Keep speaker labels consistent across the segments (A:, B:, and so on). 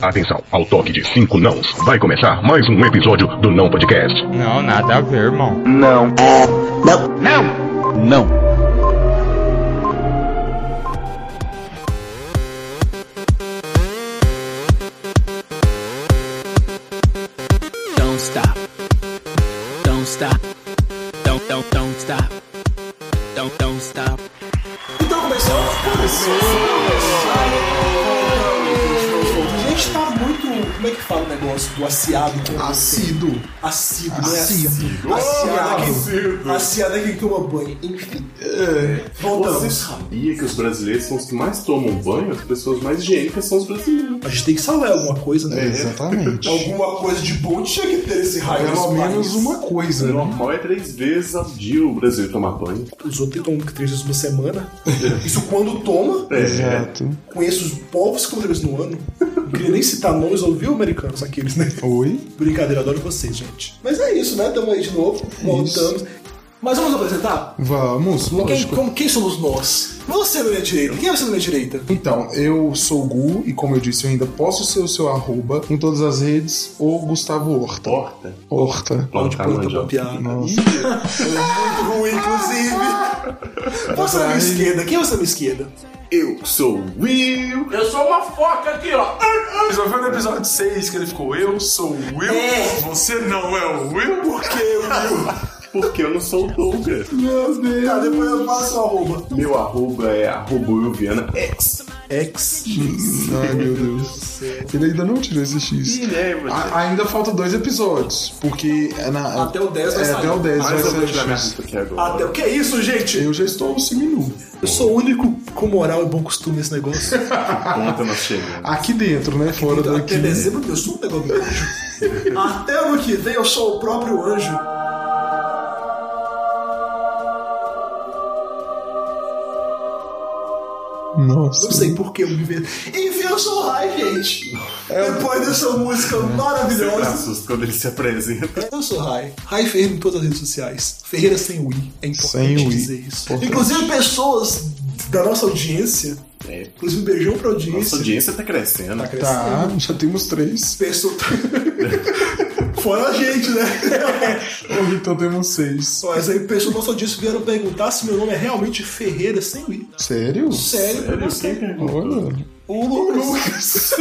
A: Atenção, ao toque de cinco nãos, vai começar mais um episódio do Não Podcast.
B: Não, nada a ver, irmão.
C: Não. É. Não.
B: Não.
C: Não.
D: Don't stop. Don't stop. Don't, don't, don't stop. Don't, don't stop.
E: Então começou, começou, começou. A gente tá muito. Como é que fala o negócio do aciado? com você?
F: Assíduo.
E: Acido, não é acido.
F: Assíduo.
E: Aciado é quem- Aciado é quem toma banho. Enfim. É.
G: Você
E: Voltamos.
G: sabia é que os brasileiros são os que mais tomam banho? As pessoas mais higiênicas são os
H: Uhum.
G: brasileiros.
E: A gente tem que salvar alguma coisa, né?
F: Exatamente.
E: Alguma coisa de bom tinha que ter esse raio
F: Pelo
E: nesse
F: menos
E: país.
F: uma coisa, né?
G: Normal é três vezes ao dia o brasileiro tomar banho.
E: Os outros tomam três vezes por semana. Isso quando toma.
G: É,
F: Exato.
E: Conheço os povos que tomam três vezes no ano. Não queria nem citar nomes, ouviu americanos aqueles, né?
F: Oi?
E: Brincadeira, adoro vocês, gente. Mas é isso, né? Tamo aí de
F: É
E: novo, voltamos. Mas vamos apresentar?
F: Vamos,
E: Quem,
F: lógico.
E: como- quem somos nós? Você da minha direita. Quem é você da minha direita?
F: Então, eu sou o Gu e como eu disse, eu ainda posso ser o seu arroba em todas as redes ou Gustavo Horta.
G: Porta.
F: Horta.
G: Porta,
E: Puta
G: manja.
E: pra piada.
F: Nossa.
E: Ruim, inclusive. Você da minha esquerda. Quem é você da minha esquerda?
G: Eu sou o Will.
H: Eu sou uma foca aqui, ó.
I: Já foi no episódio 6 que ele ficou Eu sou o Will, você não é o Will? Por quê?
G: Porque eu não sou o Douglas.
E: Meu Deus. Tá, depois eu passo o arroba.
G: Meu arroba é arroba Will Viana X.
E: Ex.
F: Ai, meu Deus. Ele ainda não tirou esse X. A- ainda falta dois episódios, porque é na-
E: Até o 10 vai
F: é,
E: sair.
F: até o 10 vai
G: Mais ou menos na
F: ser
G: minha
F: X.
G: lista aqui agora.
E: Até o que é isso, gente?
F: Eu já estou seminu.
E: Eu sou o único com moral e bom costume nesse negócio.
G: Conta nós chegamos.
F: Aqui dentro, né? Fora
E: Então,
F: daqui.
E: até dezembro eu sou um negócio do anjo. até ano que vem eu sou o próprio anjo.
F: Nossa.
E: Não sei por que eu me vejo. Enfim, eu sou o Rai, gente.
F: É
E: Depois dessa música
G: Eu me
E: maravilhosa.
G: assusto quando ele se apresenta.
E: Eu sou o Rai. Rai Ferreira em todas as redes sociais. Ferreira sem o I. É importante
F: Sem o I.
E: dizer isso.
F: Importante.
E: Inclusive pessoas da nossa audiência.
G: É.
E: Inclusive um beijão pra
G: Nossa
E: audiência.
G: audiência tá crescendo.
E: Tá crescendo.
F: Tá, já temos três.
E: Pessoa... Fora a gente, né?
F: Ou então temos seis.
E: Mas aí pessoas da nossa audiência vieram perguntar se meu nome é realmente Ferreira sem o I.
F: Sério?
E: Sério, pra
G: Sério?
E: você.
G: Quem é? perguntou?
F: Olha.
E: O Lucas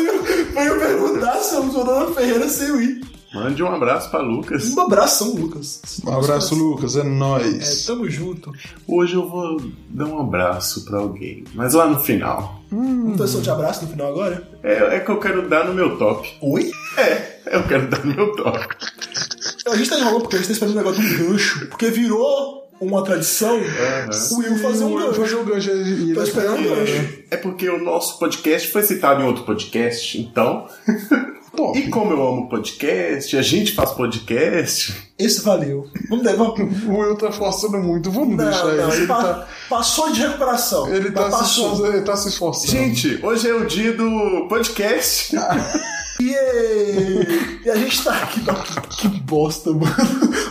E: veio perguntar se eu sou Dona é Ferreira sem o I.
G: Mande um abraço pra Lucas.
E: Um abração, Lucas.
F: Um abraço, Lucas. Hum. É
E: É,
F: nóis.
E: tamo junto.
G: Hoje eu vou dar um abraço pra alguém, mas lá no final.
E: Então, só te abraço no final agora?
G: É, é que eu quero dar no meu top.
E: Oi?
G: É, eu quero dar no meu top.
E: A gente tá enrolando porque a gente tá esperando um negócio de um gancho. Porque virou uma tradição o Will fazer um
F: Eu vou fazer
E: gancho.
F: um gancho. e- e-
E: Tô esperando
F: Uhum.
E: um gancho.
G: É porque o nosso podcast foi citado em outro podcast, então.
F: Top.
G: E como eu amo podcast, a gente faz podcast.
E: Esse valeu. Vamos dar, vamos.
F: O Will tá forçando muito. Vamos
E: Não,
F: deixar
E: não,
F: isso. Ele
E: pa-
F: tá,
E: Passou de recuperação.
F: ele
E: Mas
F: tá, se,
E: passou.
F: esforçando, ele tá se esforçando.
G: Gente, hoje é o dia do podcast.
E: Ah, E a gente tá aqui. pra- Que bosta, mano.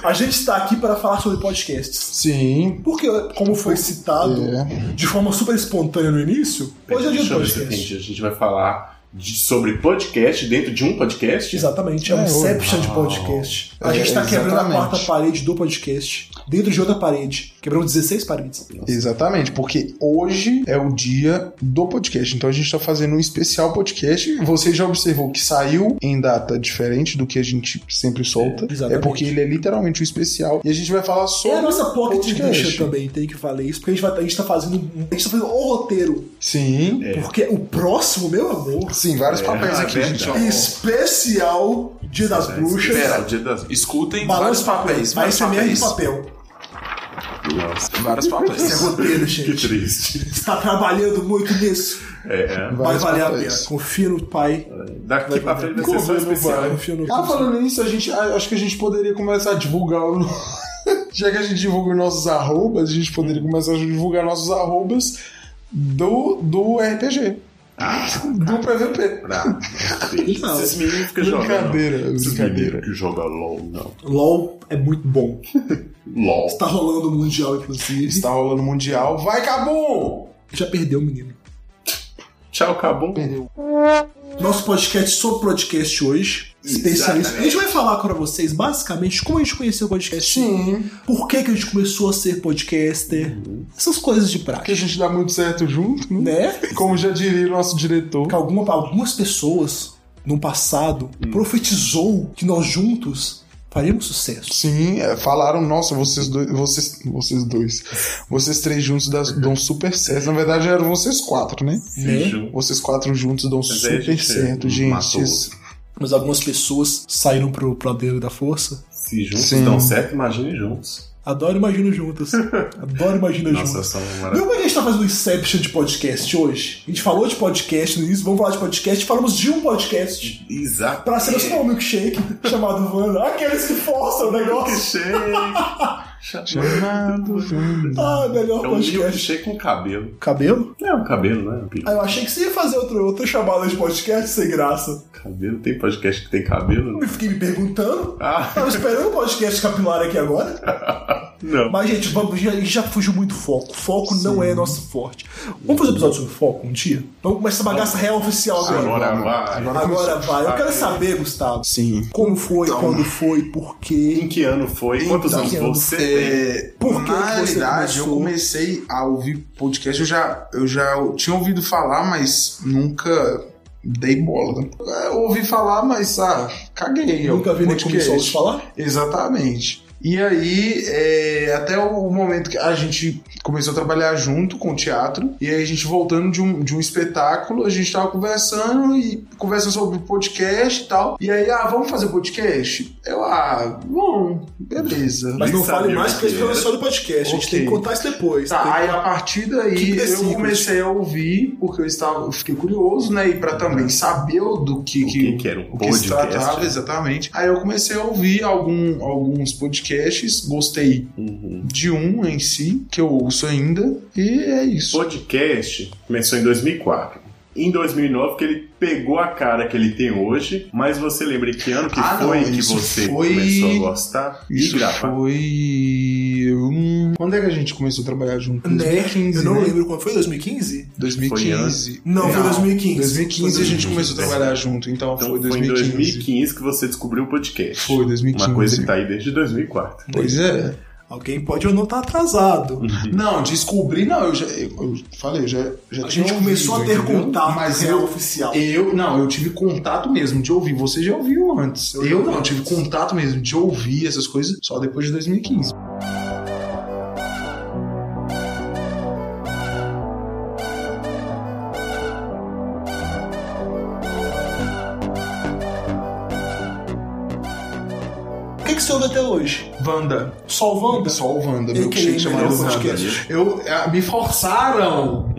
E: A gente tá aqui para falar sobre podcasts.
F: Sim.
E: Porque, como foi citado
F: É.
E: de forma super espontânea no início, hoje é dia do
G: Deixa eu ver se eu
E: podcast.
G: entendi. A gente vai falar de- sobre podcast dentro de um podcast.
E: Exatamente, é um
F: É,
E: inception de
F: uau.
E: podcast. A
F: É,
E: gente tá quebrando a
F: exatamente.
E: quarta parede do podcast dentro de outra parede. Quebramos 16 paredes.
F: Exatamente, porque hoje é o dia do podcast. Então a gente tá fazendo um especial podcast. Você já observou que saiu em data diferente do que a gente sempre solta.
E: Exatamente.
F: É porque ele é literalmente um especial. E a gente vai falar
E: É
F: sobre.
E: a nossa pocket
F: podcast.
E: edition também, tem que valer isso, porque a gente, vai, a gente tá fazendo um- a gente tá fazendo o roteiro.
F: Sim.
E: Porque o próximo, meu amor,
F: Sim, vários papéis
G: é
F: aqui, gente.
G: verdade.
E: especial Dia das Bruxas.
G: Espera, o dia das.
I: Escutem vários
E: Balanço
I: papéis,
E: Vai
I: vários
E: ser mesmo
I: papéis,
E: papel.
G: Nossa,
I: vários
E: Isso é
I: papéis.
E: roteiro,
G: que
E: gente.
G: triste.
E: Você tá trabalhando muito nisso.
G: É.
E: Vai
F: Vários
E: valer a
F: papéis.
E: pena. Confia no pai.
G: Daqui pra frente vai ser só especial.
E: Confia no
F: Ah, falando nisso, a gente, a- acho que a gente poderia começar a divulgar o. Já que a gente divulga os nossos arrobas, a gente poderia começar a divulgar nossos arrobas do, do RPG. do PVP.
G: Ah, Pra-
E: Não.
G: Esses meninos ficam jogando.
F: Brincadeira,
G: Esses
F: brincadeira.
G: meninos que jogam LOL, não.
E: LOL é muito bom.
G: LOL.
E: Tá rolando o Mundial, inclusive.
F: Está rolando Mundial. Vai, Cabu!
E: Já perdeu o menino.
G: Tchau, acabou.
F: Perdeu.
E: nosso podcast sobre podcast hoje. Especialista. A gente vai falar pra vocês basicamente como a gente conheceu o podcast.
F: Sim.
E: Por que, que a gente começou a ser podcaster? Essas coisas de
F: Que a
E: prática.
F: gente dá muito certo junto, né?
E: Né?
F: Como já diria o nosso diretor.
E: Que alguma, algumas pessoas no passado
F: Hum.
E: profetizou que nós juntos faríamos sucesso.
F: Sim, é, falaram, nossa, vocês dois. Vocês, vocês dois. Vocês três juntos dá- dão super certo. Na verdade, eram vocês quatro, né?
E: Né?
F: Vocês quatro juntos dão
G: Mas aí a
F: super
G: gente
F: certo, gente.
G: matou.
F: Isso-
E: Mas algumas pessoas saíram pro pradeiro da força.
G: Se juntos
F: Sim.
G: dão certo, imagine juntos.
E: Adoro Imagina Juntas. Adoro Imagina
G: Nossa,
E: Juntas.
G: essa é uma
E: Viu
G: maravilha.
E: como a gente tá fazendo Inception de podcast hoje? A gente falou de podcast no início, vamos falar de podcast, falamos de um podcast.
G: Exato.
E: Pra selecionar um milkshake chamado Vanda. Aqueles que forçam o um negócio.
G: Milkshake.
F: Chamado.
E: Ah, melhor
G: É um
E: podcast.
G: milkshake com cabelo.
E: Cabelo?
G: Não é um cabelo, né?
E: Ah, eu achei que você ia fazer outro, outra chamada de podcast sem graça.
G: Cabelo, tem podcast que tem cabelo?
E: Eu fiquei me perguntando.
G: Ah, É
E: Tava esperando o podcast capilar aqui agora.
G: não.
E: Mas, gente, vamos, já, já fugiu muito foco. Foco não é nosso forte. Vamos fazer um episódio sobre foco um dia? Vamos começar essa bagaça real oficial agora.
G: Agora vai.
E: Agora vai. Eu quero saber, Gustavo.
F: Sim. Então.
E: Como foi, quando foi, por quê.
G: Em que ano foi? Quantos
E: Então,
G: anos
E: que ano
G: você tem?
F: É,
E: Por que
F: na
E: que você
F: realidade, eu
E: começou?
F: comecei a ouvir podcast. Eu já, eu já tinha ouvido falar, mas nunca dei bola. É, Eu ouvi falar, mas ah, caguei. eu
E: Nunca vi nem
F: podcast.
E: começou a falar?
F: Exatamente. E aí, é, até o momento que a gente começou a trabalhar junto com o teatro, e aí a gente voltando de um, de um espetáculo, a gente tava conversando e conversando sobre podcast e tal. E aí, ah, vamos fazer podcast? Eu, ah, bom, beleza.
E: Mas
G: Nem
E: não fale
G: sabia
E: mais
G: o
E: porque
G: que
E: esse programa é
G: era.
E: só do podcast. A gente
F: Ok.
E: tem que contar isso depois. né,
F: Tá,
E: Tem
F: aí
E: que-
F: a partir
E: Que
F: daí
E: The
F: eu
E: Secret.
F: comecei a ouvir, porque eu estava, eu fiquei curioso, né? E pra também saber o do que,
G: O que que era um
F: o que
G: podcast,
F: se tratava
G: né?
F: exatamente. Aí eu comecei a ouvir algum- alguns podcasts, gostei
G: Uhum.
F: de um em si, que eu ouço ainda, e é isso.
G: Podcast começou em 2004. Em 2009 que ele pegou a cara que ele tem hoje, mas você lembra em que ano que
F: Ah,
G: foi
F: não,
G: que
F: isso
G: você
F: foi-
G: começou a gostar
F: Isso
G: e gravar?
F: foi. hum, Quando é que a gente começou a trabalhar junto?
E: Né? Eu
F: 2015,
E: não
F: né?
E: lembro quando foi, 2015?
F: 2015.
E: Não, foi 2015.
F: 2015 a gente
G: 2015.
F: começou a trabalhar junto, então,
G: Então
F: foi
G: foi, em
F: 2015.
G: 2015 que você descobriu o podcast.
F: Foi 2015.
G: Uma coisa que tá aí desde 2004.
F: Pois é.
E: Alguém pode ou não estar atrasado.
G: Uhum.
F: Não, descobri, não, eu já eu, eu falei, eu já, já
E: A
F: tinha
E: gente começou a
F: ouvido,
E: ter
F: entendeu?
E: contato né?
F: mas
E: real
F: eu,
E: oficial.
F: eu, não, eu tive contato mesmo de ouvir, você já ouviu antes. Eu,
E: já ouvi
F: não, eu tive
E: antes.
F: contato mesmo de ouvir essas coisas só depois de 2015.
E: O que, que você ouve até hoje?
F: Wanda.
E: Só o Wanda?
F: Só o Wanda,
E: Eu
F: meu
E: queria
F: chefe chamado
E: melhor
F: Wanda.
E: podcast.
F: Eu, eh, me forçaram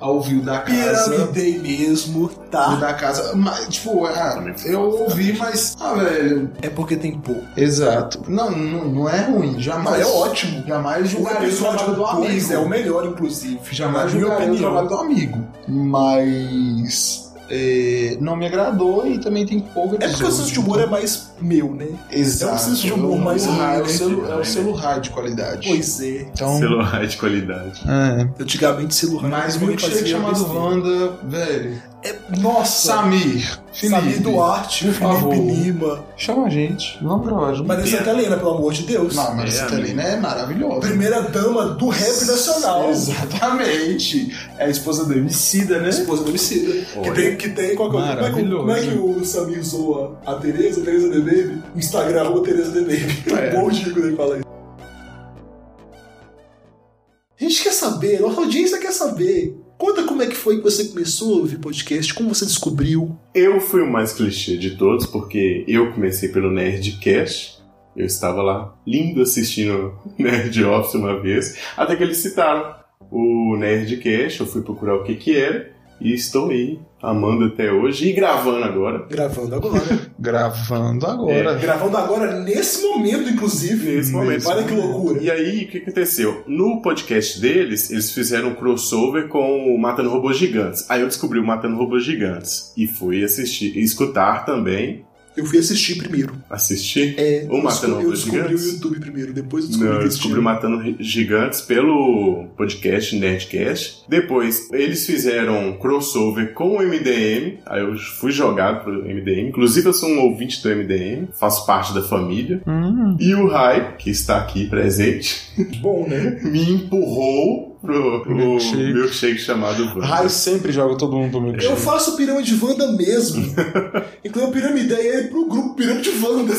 F: a, a ouvir o da casa.
E: Piramidei mesmo,
F: O
E: tá?
F: da casa, mas, tipo, ah, eu ouvi, mas, ah, velho,
E: É porque tem pouco.
F: exato. Não, não, não é ruim, jamais.
E: Não, é ótimo.
F: Jamais
E: O
F: julgaria o
E: episódio
F: trabalho do amigo.
E: é o melhor, inclusive.
F: Jamais
E: na minha
F: julgarei o
E: opinião.
F: trabalho do amigo. Mas. é, não me agradou e também tem pouca
E: É porque o senso de humor é mais meu, né?
F: Exato.
E: é um senso de humor
F: Eu-
E: mais
F: é o
E: raro, né?
F: selo- É o celular de qualidade.
E: Pois é.
F: Então.
G: Celular de qualidade.
F: É.
E: Antigamente celular.
F: Mas o
E: eu
F: milkshake
E: fazia
F: chamado
E: besteira.
F: Wanda, velho.
E: É, nossa!
F: Samir. Felipe.
E: Samir Duarte,
F: por
E: Felipe
F: favor.
E: Lima.
F: Chama a gente. Vamos gravar junto.
E: Vanessa
G: Entendo.
E: Helena, né, pelo amor de Deus.
F: Não, mas
G: É,
F: essa Helena é maravilhosa.
E: Primeira dama do rap nacional.
F: Exatamente. É a esposa do Emicida, né?
E: Esposa do homicida. Que
G: Olha.
E: tem, que tem qual que é o- como, é que,
F: Maravilhoso.
E: como é que o Samir zoa a Tereza, Tereza The Baby? Instagram, arroba Tereza The Baby.
F: É.
E: Bom dia quando ele fala isso. A gente quer saber, nossa audiência quer saber. Conta como é que foi que você começou a ouvir podcast, como você descobriu.
G: Eu fui o mais clichê de todos, porque eu comecei pelo Nerdcast. Eu estava lá, lindo, assistindo Nerd Office uma vez. Até que eles citaram o Nerdcast, eu fui procurar o que que era. E estou aí, amando até hoje e gravando agora.
E: Gravando agora.
F: Gravando agora.
E: Gravando agora, nesse momento, inclusive.
G: Nesse momento.
E: Olha que loucura.
G: E aí, o que aconteceu? No podcast deles, eles fizeram um crossover com o Matando Robôs Gigantes. Aí eu descobri o Matando Robôs Gigantes. E fui assistir, escutar também.
E: Eu fui assistir primeiro.
G: Assistir?
E: É,
G: Ou
E: eu descobri-
G: Matando
E: eu
G: Robôs
E: descobri o
G: Gigantes?
E: YouTube primeiro, depois eu descobri
G: Não,
E: que
G: eu descobri
E: existia.
G: Matando Gigantes pelo podcast Nerdcast. Depois, eles fizeram um crossover com o MDM. Aí eu fui jogado pro MDM. Inclusive, eu sou um ouvinte do MDM. Faço parte da família.
E: Hum.
G: E o Hype, que está aqui presente,
E: Bom, né?
G: me empurrou pro, pro
J: Milkshake.
G: milkshake chamado Wanda.
J: Raio sempre joga todo mundo pro meu
E: Eu faço pirâmide Wanda mesmo. Inclusive, a pirâmide ideia é pro grupo pirâmide Wanda.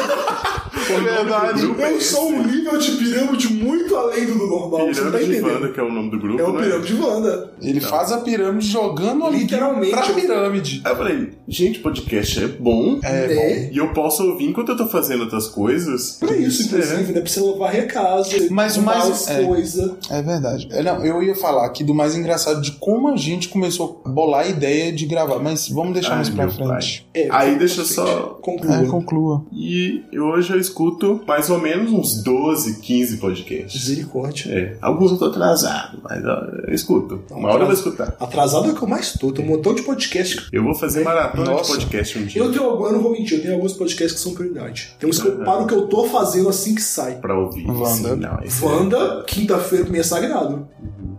G: O nome do
E: é Verdade.
G: É grupo é
E: Eu
G: esse.
E: sou um nível de pirâmide muito além do normal. Você não tá
G: Pirâmide
E: entendendo.
G: Wanda, que é o nome do grupo,
E: É o
G: né?
E: pirâmide Wanda.
J: Ele faz a pirâmide jogando ali
E: Literalmente.
J: pra pirâmide.
G: Aí eu falei, gente, podcast é bom.
J: É,
E: né?
G: E eu posso ouvir enquanto eu tô fazendo outras coisas.
E: Pra É isso, inclusive, né? Pra você lavar a casa,
J: é. Mas o
E: arrumar
J: mais-
E: as
J: é.
E: coisas.
J: É verdade. É, não, eu ia falar aqui do mais engraçado de como a gente começou a bolar a ideia de gravar, mas vamos deixar
G: Ai,
J: mais pra
G: meu
J: frente.
E: É,
G: Aí deixa eu
E: gente,
G: só-
E: Conclua.
J: É, conclua.
G: E hoje eu escuto mais ou menos uns 12, 15 podcasts.
E: Misericórdia.
G: É, alguns eu tô atrasado, mas ó, eu escuto. Uma hora eu vou escutar.
E: Atrasado é o que eu mais tô. Tem um montão de podcast. que-
G: Eu vou fazer maratona
J: Nossa.
G: de podcast um dia
E: Eu É. tenho alguns, eu não vou mentir, eu tenho alguns podcasts que são prioridade. Tem uns que eu
G: Aham.
E: paro o que eu tô fazendo assim que sai.
G: pra ouvir.
J: Wanda.
G: Assim, não, esse é-
E: Wanda, quinta-feira, pra mim é sagrado.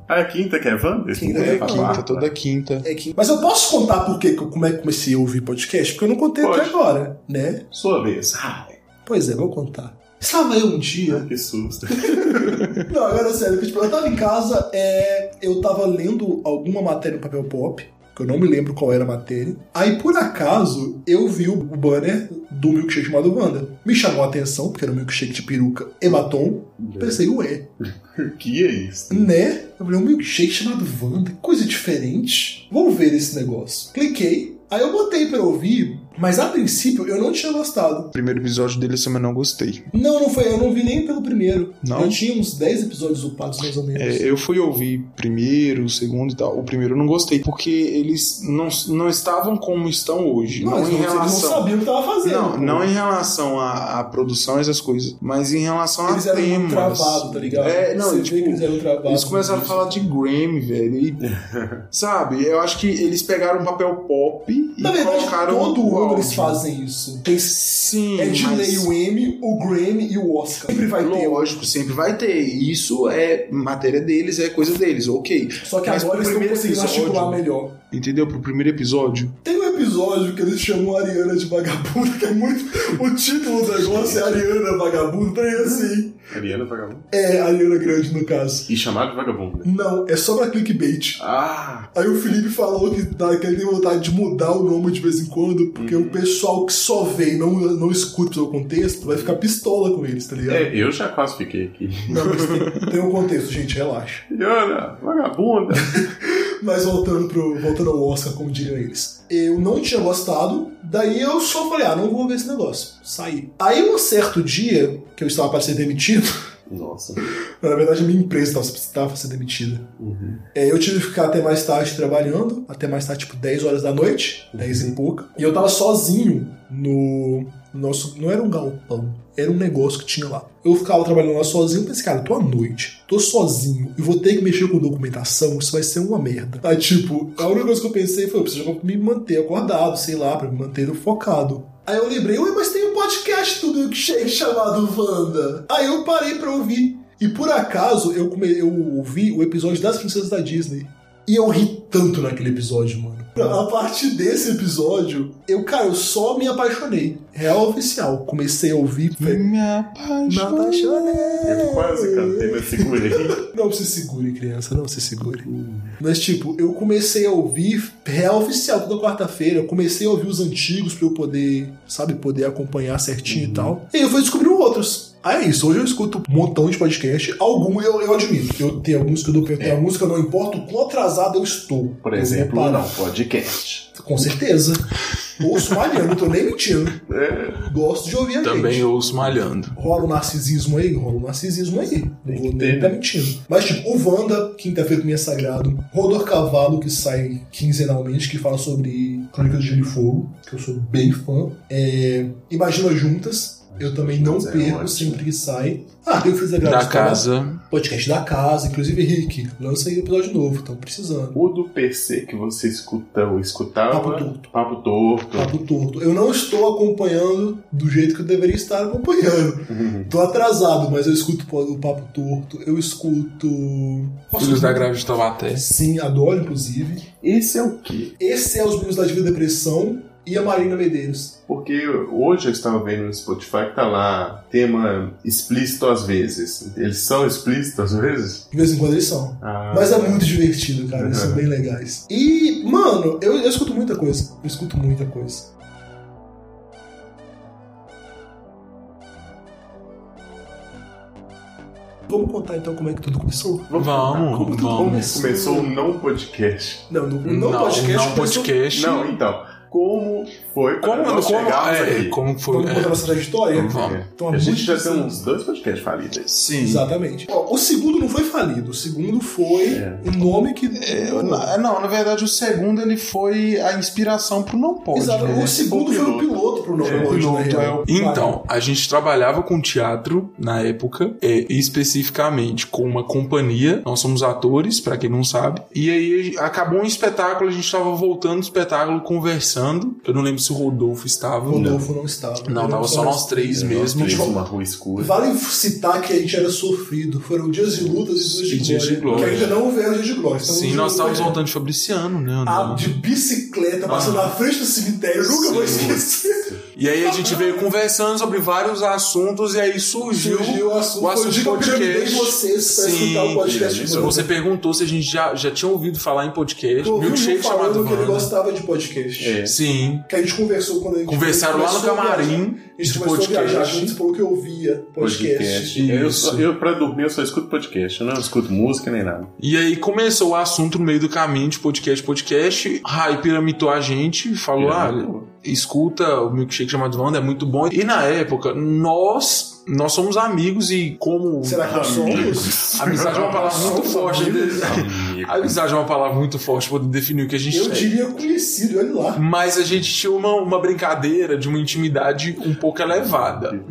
G: Ah, é quinta que é Wanda? Esse
E: Quinta
G: não
E: é
G: pra
E: quinta,
G: quarta.
J: Quinta, toda quinta.
E: É quinta. Mas eu posso contar por que que eu- como é que comecei a ouvir podcast? Porque eu não contei até
G: Pode.
E: agora, né?
G: Sua vez. Ai,
E: Pois é, vou contar. Estava eu um dia.
G: que susto.
E: Não, agora é sério, que, tipo, eu tava em casa, é, eu tava lendo alguma matéria no papel pop, que eu não me lembro qual era a matéria. Aí, por acaso, eu vi o banner do milkshake chamado Wanda. Me chamou a atenção, porque era um milkshake de peruca e batom.
J: Uhum.
E: Pensei, ué,
G: que é isso?
E: né? Eu falei, um milkshake chamado Wanda, que coisa diferente. Vou ver esse negócio. Cliquei, aí eu botei pra ouvir, mas a princípio eu não tinha gostado.
J: O primeiro episódio dele eu também não gostei.
E: Não, não foi, eu não vi nem pelo primeiro.
J: Não?
E: Eu tinha uns 10 episódios upados, mais ou menos.
J: É, eu fui ouvir primeiro, o segundo e tal. O primeiro eu não gostei, porque eles não, não estavam como estão hoje.
E: Não,
J: Não,
E: mas
J: em
E: eles não
J: relação.
E: sabiam o que tava fazendo.
J: Não,
E: pô.
J: não em relação à, à produção e essas coisas, mas em relação
E: Eles
J: a
E: eram muito
J: temas.
E: travados, tá ligado?
J: É, não,
E: Você
J: tipo,
E: vê que eles eram travados.
J: Eles começaram a
E: nisso.
J: falar de Grammy, velho. e- sabe? Eu acho que eles pegaram um papel pop e
E: Na verdade,
J: colocaram.
E: todo
J: o
E: mundo
J: áudio.
E: eles fazem isso.
J: Sim,
E: É de
J: mas...
E: lei o M, o Grammy e o Oscar. Sempre vai ter.
J: Lógico, sempre vai ter. Isso é matéria deles, é coisa deles, ok.
E: Só que
J: Mas
E: agora eles
J: pro
E: estão
J: primeiro
E: conseguindo articular
J: episódio-
E: melhor.
J: Entendeu? Pro primeiro episódio.
E: Tem um episódio que eles chamam a Ariana de vagabunda, que é muito. O título do negócio é Ariana Vagabunda, e assim.
G: Ariana Vagabundo.
E: É, Ariana Grande, no caso.
G: E chamado de Vagabundo. né?
E: Não, é só pra clickbait.
G: Ah,
E: Aí o Felipe falou que, dá, que ele tem vontade de mudar o nome de vez em quando, porque o pessoal que só vê e não, não escuta o seu contexto vai ficar pistola com eles, tá ligado?
G: é, eu já quase fiquei aqui.
E: Não, mas tem, tem um contexto, gente, relaxa.
G: Ariana, Vagabunda.
E: Mas voltando, pro, voltando ao Oscar, como diriam eles. Eu não tinha gostado, daí eu só falei, ah, não vou ver esse negócio. Saí. Aí um certo dia, que eu estava para ser demitido,
G: Nossa.
E: na verdade a minha empresa estava- estava para ser demitida. É, eu tive que ficar até mais tarde trabalhando, até mais tarde, tipo 10 horas da noite, 10 e pouca. E eu tava sozinho no nosso. Não era um galpão, era um negócio que tinha lá. Eu ficava trabalhando lá sozinho, pensei, cara, eu tô à noite, tô sozinho e vou ter que mexer com documentação, isso vai ser uma merda. Aí, tipo, a única coisa que eu pensei foi, eu preciso me manter acordado, sei lá, pra me manter focado. Aí eu lembrei, ué, mas tem um podcast do Milkshake chamado Wanda. Aí eu parei pra ouvir. E por acaso eu, come... eu ouvi o episódio das princesas da Disney. E eu ri tanto naquele episódio, mano. A partir desse episódio, eu, cara, eu só me apaixonei. Real oficial. Comecei a ouvir. Me
J: Me apaixonei.
E: apaixonei.
G: Eu quase cantei, mas segurei.
E: Não se segure, criança, não se segure. Mas, tipo, eu comecei a ouvir real oficial toda quarta-feira. Eu comecei a ouvir os antigos pra eu poder, sabe, poder acompanhar certinho
G: Uhum.
E: e tal. E aí eu fui descobrindo outros. Ah, é isso. Hoje eu escuto um montão de podcast. Algum eu, eu admito. Eu tenho alguns que eu dou pra tenho alguns que eu não importo o quão atrasado eu estou.
G: É. Por
E: Eu
G: exemplo,
E: vou parar.
G: não, podcast.
E: Com certeza. Ouço malhando, não tô nem mentindo.
G: É,
E: Gosto de ouvir a
J: Também
E: gente.
J: ouço malhando.
E: Rola um narcisismo aí, rola um narcisismo aí. Não
G: que
E: vou
G: ter,
E: nem tá mentindo. Mas, tipo, o Wanda, quinta-feira com minha sagrado. Rodor Cavalo, que sai quinzenalmente, que fala sobre Crônicas de Gelo e Fogo, que eu sou bem fã. É... Imagina Juntas. Eu também não
G: Mas é
E: perco
G: ótimo.
E: sempre que sai. Ah, eu fiz a gravação
F: Da casa.
E: Podcast da casa, inclusive, Rick, lança aí episódio novo, estão precisando.
G: O do PC que você escuta, ou escutava.
E: Papo Torto.
G: Papo Torto.
E: Cabo torto. Eu não estou acompanhando do jeito que eu deveria estar acompanhando.
F: Uhum.
E: Tô atrasado, mas eu escuto o Papo Torto, eu escuto.
F: Filhos da Grave de Taubaté.
E: Sim, adoro, inclusive.
G: Esse é o quê?
E: Esse é Os Meninos da Diva e Depressão e a Marina Medeiros.
G: Porque hoje eu estava vendo no Spotify que tá lá tema explícito às vezes. Eles são explícitos às vezes?
E: De vez em quando eles são.
G: Ah,
E: Mas é muito divertido, cara. Eles são bem legais. E, mano, eu, eu escuto muita coisa. Eu escuto muita coisa. Vamos contar então como é que tudo começou?
F: Vamos,
G: Como, como
F: vamos.
G: começou o não podcast?
E: Não, no, no podcast.
F: não
E: começou-
F: podcast.
G: Não, então. Como foi para
F: Como,
G: nós
F: como,
G: chegarmos
F: é,
G: aqui?
F: como foi?
E: Vamos contar
F: É,
E: nossa trajetória?
F: vamos.
E: Então, há
G: A gente
E: muitos
G: já tem um-
E: anos.
G: uns dois podcasts falidos. aí.
F: Sim.
E: Exatamente. Ó, o segundo não foi falido. O segundo foi
G: É.
E: o nome que.
J: Eu- É, na- não, na verdade, o segundo ele foi a inspiração pro Não Pode.
E: Exato.
J: né?
E: O segundo foi o piloto pro nome
G: É,
E: hoje,
J: piloto,
E: na real.
J: é o-
F: né? Então, a gente trabalhava com teatro na época, é, especificamente com uma companhia. Nós somos atores, pra quem não sabe. E aí acabou um espetáculo, a gente tava voltando do espetáculo, conversando. Eu não lembro se o Rodolfo estava.
E: Rodolfo não estava.
F: Não, tava só nós três mesmo.
G: Três, uma rua escura.
E: Vale citar que a gente era sofrido. Foram dias de lutas e dias de,
F: E dias de
E: glória.
F: glória.
E: Que ainda não houveram dias de glória. Estamos
F: Sim,
E: de
F: nós estávamos
E: glória.
F: voltando Ah. de Fabriciano, né?
E: Ah,
F: André?
E: de bicicleta, passando na frente do cemitério. Eu nunca vou esquecer.
F: E aí a gente veio conversando sobre vários assuntos e aí surgiu,
E: Surgiu o assunto. Foi o dia que eu convidei vocês pra escutar o podcast de
F: Isso, é
E: novo.
F: Você perguntou se a gente já, já tinha ouvido falar em podcast.
E: Eu ouvi o Will
F: Milkshake
E: um
F: chamado
E: falando que ele
F: Vanda.
E: gostava de podcast.
G: É.
F: Sim.
E: Que a gente conversou quando a gente
F: Conversaram lá no
E: começou a viajar.
F: camarim
E: A gente
F: de
E: começou a viajar juntos
F: podcast.
E: e falou que eu ouvia podcast.
G: podcast. Eu,
F: Isso.
G: só- eu, pra dormir, eu só escuto podcast. né? Eu não escuto música nem nada.
F: E aí começou o assunto no meio do caminho de podcast, podcast. Rai piramitou a gente e falou: ah, escuta o milkshake chamado Wanda, é muito bom. E na época, nós, nós somos amigos e como.
E: Será que nós somos?
F: Amizade é uma palavra muito
E: Somos
F: forte. né?
E: amigos?
G: Amigo.
F: Amizade é uma palavra muito forte pra poder definir o que a gente
E: Eu
F: é.
E: diria conhecido, olha lá.
F: Mas a gente tinha uma, uma brincadeira de uma intimidade um pouco elevada.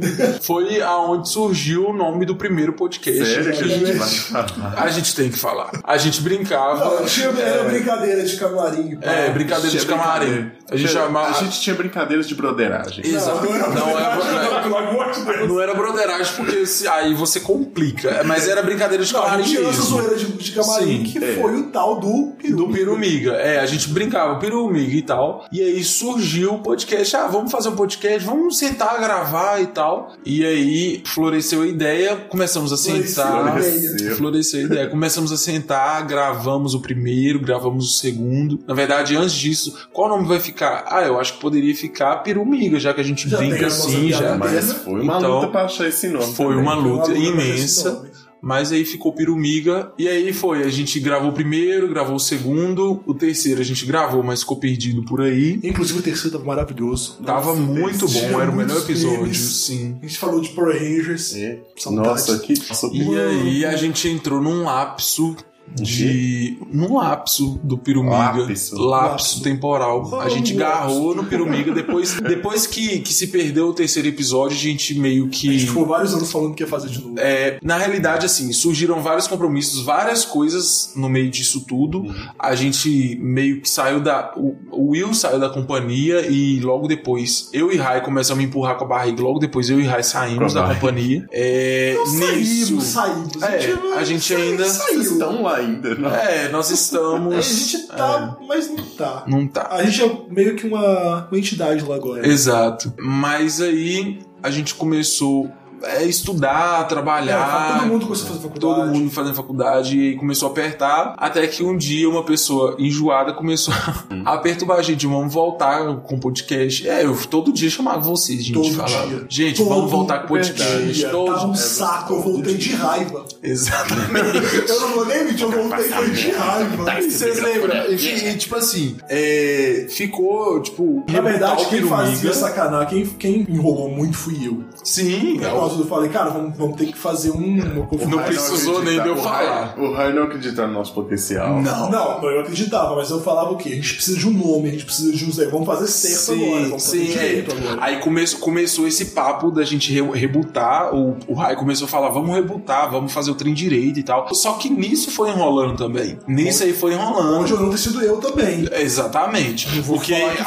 F: Foi aonde surgiu o nome do primeiro podcast.
G: Sério que a
F: que
G: gente vai falar?
F: a gente tem que falar. A gente brincava.
E: Não, tinha era brincadeira de camarim. pá.
F: É, brincadeira de
G: Tinha
F: camarim.
G: brincadeira.
F: A gente
G: A
F: chamava.
G: gente tinha brincadeiras de broderagem.
F: Exato.
E: é
F: Não era broderagem.
E: Pelo amor de Deus.
F: Não era broderagem, porque se- aí você complica. É, Mas era brincadeira de
E: Não, a
F: camarim
E: gente tinha essa
F: mesmo.
E: zoeira de, de camarim
F: Sim,
E: que
G: é.
E: foi o tal do peru.
F: Do Pirumiga. É, a gente brincava, Pirumiga e tal. E aí surgiu o podcast. Ah, vamos fazer um podcast, vamos sentar, gravar e tal. E aí floresceu a ideia, começamos a sentar.
G: Floresceu.
F: Floresceu a ideia. Começamos a sentar, gravamos o primeiro, gravamos o segundo. Na verdade, antes disso, qual nome vai ficar? Ah, eu acho que poderia ficar Pirumiga, já que a gente
E: Já tem
F: brinca
E: a nossa
F: assim,
E: piada né?
F: já.
E: interna.
G: Mas foi uma
F: Então,
G: luta pra achar esse nome.
F: foi
G: também.
F: uma
E: Foi uma
F: luta
E: luta
F: imensa.
E: desse nome.
F: Mas aí ficou Pirumiga. E aí foi. A gente gravou o primeiro, gravou o segundo. O terceiro a gente gravou, mas ficou perdido por aí.
E: Inclusive o terceiro tava maravilhoso.
F: Tava
G: Nossa,
F: muito
E: esse
F: bom, era o
E: tinha
F: melhor
E: muitos
F: episódio,
E: memes.
F: sim.
E: A gente falou de Power Rangers.
G: É.
E: Saudade.
G: Nossa, que.
F: E aí a gente entrou num lapso de. num lapso do Pirumiga.
G: Lapso.
F: Lapso temporal. A gente
E: Vamos.
F: garrou no Pirumiga. Depois, depois que, que se perdeu o terceiro episódio, a gente meio
E: A gente
F: que.
E: ficou vários anos falando que ia fazer de novo.
F: É, na realidade, assim, surgiram vários compromissos, várias coisas no meio disso tudo. A gente meio que saiu da. O o Will saiu da companhia e logo depois eu e Rai começamos a me empurrar com a barriga. Logo depois eu e Rai saímos
G: Com a
F: da
G: barriga.
F: companhia. É,
E: Não
F: nisso.
E: saímos, saímos.
F: É, a gente
E: saiu,
F: ainda-
E: Saiu.
G: Vocês estão lá ainda, né? não?
F: É, nós
E: É, a
F: estamos.
E: gente tá, mas não tá.
F: Não tá.
E: A gente é meio que uma, uma entidade lá agora.
F: Exato. Mas aí a gente começou a estudar, trabalhar.
E: É, todo mundo começou a fazer faculdade.
F: Todo mundo fazendo faculdade e começou a apertar, até que um dia uma pessoa enjoada começou a perturbar a gente, vamos voltar com o podcast. É, eu todo dia chamava vocês, gente,
E: Todo
F: falava,
E: dia.
F: gente,
E: Todo
F: vamos voltar com É, o podcast.
E: Dia,
F: Todo
E: tava um saco, eu voltei de raiva.
F: Exatamente.
E: Eu não vou nem mentir, eu voltei foi de raiva.
F: Vocês lembram? E, fi- e, tipo assim, é, ficou, tipo,
E: Na verdade, quem
F: rebutar o
E: fazia
F: Pirumiga.
E: sacanagem, quem, quem enrolou muito fui eu.
F: Sim, é
E: Por causa tudo. Eu falei, cara, vamos, vamos ter que fazer um. Uma
F: Não
E: conferência.
F: precisou nem de eu falar. Hum.
G: O Rai não acredita no nosso potencial.
F: Não.
E: Não, eu acreditava, mas eu falava o quê? A gente precisa de um nome, a gente precisa de um Zé. Vamos fazer certo agora, vamos fazer direito
F: é.
E: agora.
F: Aí começou, começou esse papo da gente re, rebutar. O, o Rai começou a falar: vamos rebutar, vamos fazer o trem direito e tal. Só que nisso foi enrolando também. Nisso aí foi enrolando.
E: Onde eu não ter sido eu também.
F: Exatamente.
E: vou
F: Porque
E: falar que
F: a-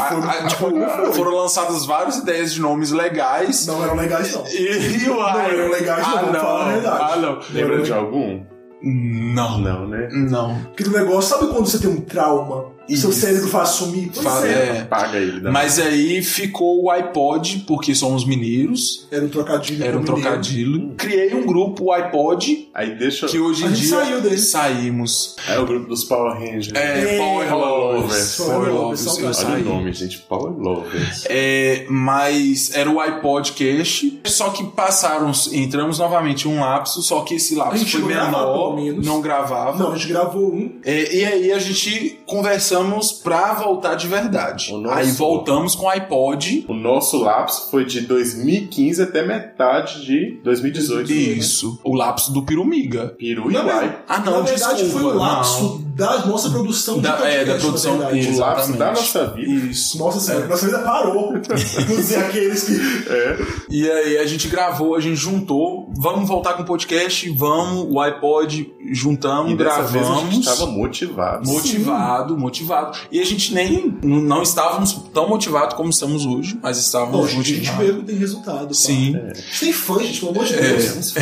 E: foram-
F: a- tipo, foram lançadas várias ideias de nomes legais.
E: Não eram legais, não.
F: E, e o Rai.
E: eram legais, não,
F: ah,
E: vamos
F: não.
E: falar a verdade.
F: Ah, não.
G: Lembra de algum?
F: Não.
G: Não, né?
F: Não.
E: Aquele negócio, sabe quando você tem um trauma? Seu
F: Isso.
E: cérebro faz sumir? Pois
F: Fala-
E: é.
F: é.
G: Paga ele. né? dá-
F: Mas aí ficou o iPod, porque somos mineiros.
E: Era um trocadilho.
F: Era um
E: com o mineiro.
F: trocadilho. Criei um grupo, o iPod,
G: Aí deixa.
F: que hoje
E: A
F: em
E: gente
F: dia
E: saiu dele.
F: saímos.
G: É o grupo dos Power Rangers.
F: É,
E: É,
F: Power Lovers.
E: Power
F: Power
E: Lovers,
F: Lovers, eu
E: saudade.
G: Olha o
F: saí.
G: nome, gente. Power Lovers.
F: É, mas era o iPod Cash, só que passaram, entramos novamente em um lapso, só que esse
E: A
F: lapso
E: gente
F: foi
E: não gravava,
F: menor,
E: pelo menos.
F: não gravava.
E: Não, a gente gravou um.
F: É, e aí a gente conversamos pra voltar de verdade.
G: O nosso-
F: Aí voltamos com o iPod.
G: O nosso lapso foi de 2015 até metade de 2018. né?
F: Isso, o lapso do Pirumiga.
G: Peru e
E: Não, mas-
G: Uruguai.
F: Ah, não,
E: Na verdade,
F: desculpa,
E: foi o
F: não.
E: lapso da nossa produção de
F: Da-
E: podcast,
F: é, da
E: na
F: produção,
E: verdade.
F: isso. É.
G: O lapso da
F: Exatamente.
G: nossa vida.
F: Isso.
E: Nossa senhora, nossa vida parou. Inclusive aqueles que.
F: E aí a gente gravou, a gente juntou, vamos voltar com o podcast, vamos, o iPod, juntamos,
G: E dessa
F: gravamos.
G: vez a gente estava motivado.
F: Motivado, motivado. E a gente nem n- não estávamos tão motivados como estamos hoje, mas
E: Pô, a
F: estávamos
E: gente, a gente
F: motivados.
E: mesmo tem resultado. pá.
F: Sim.
E: A gente tem fã, gente, pelo amor de
F: É.
E: Deus.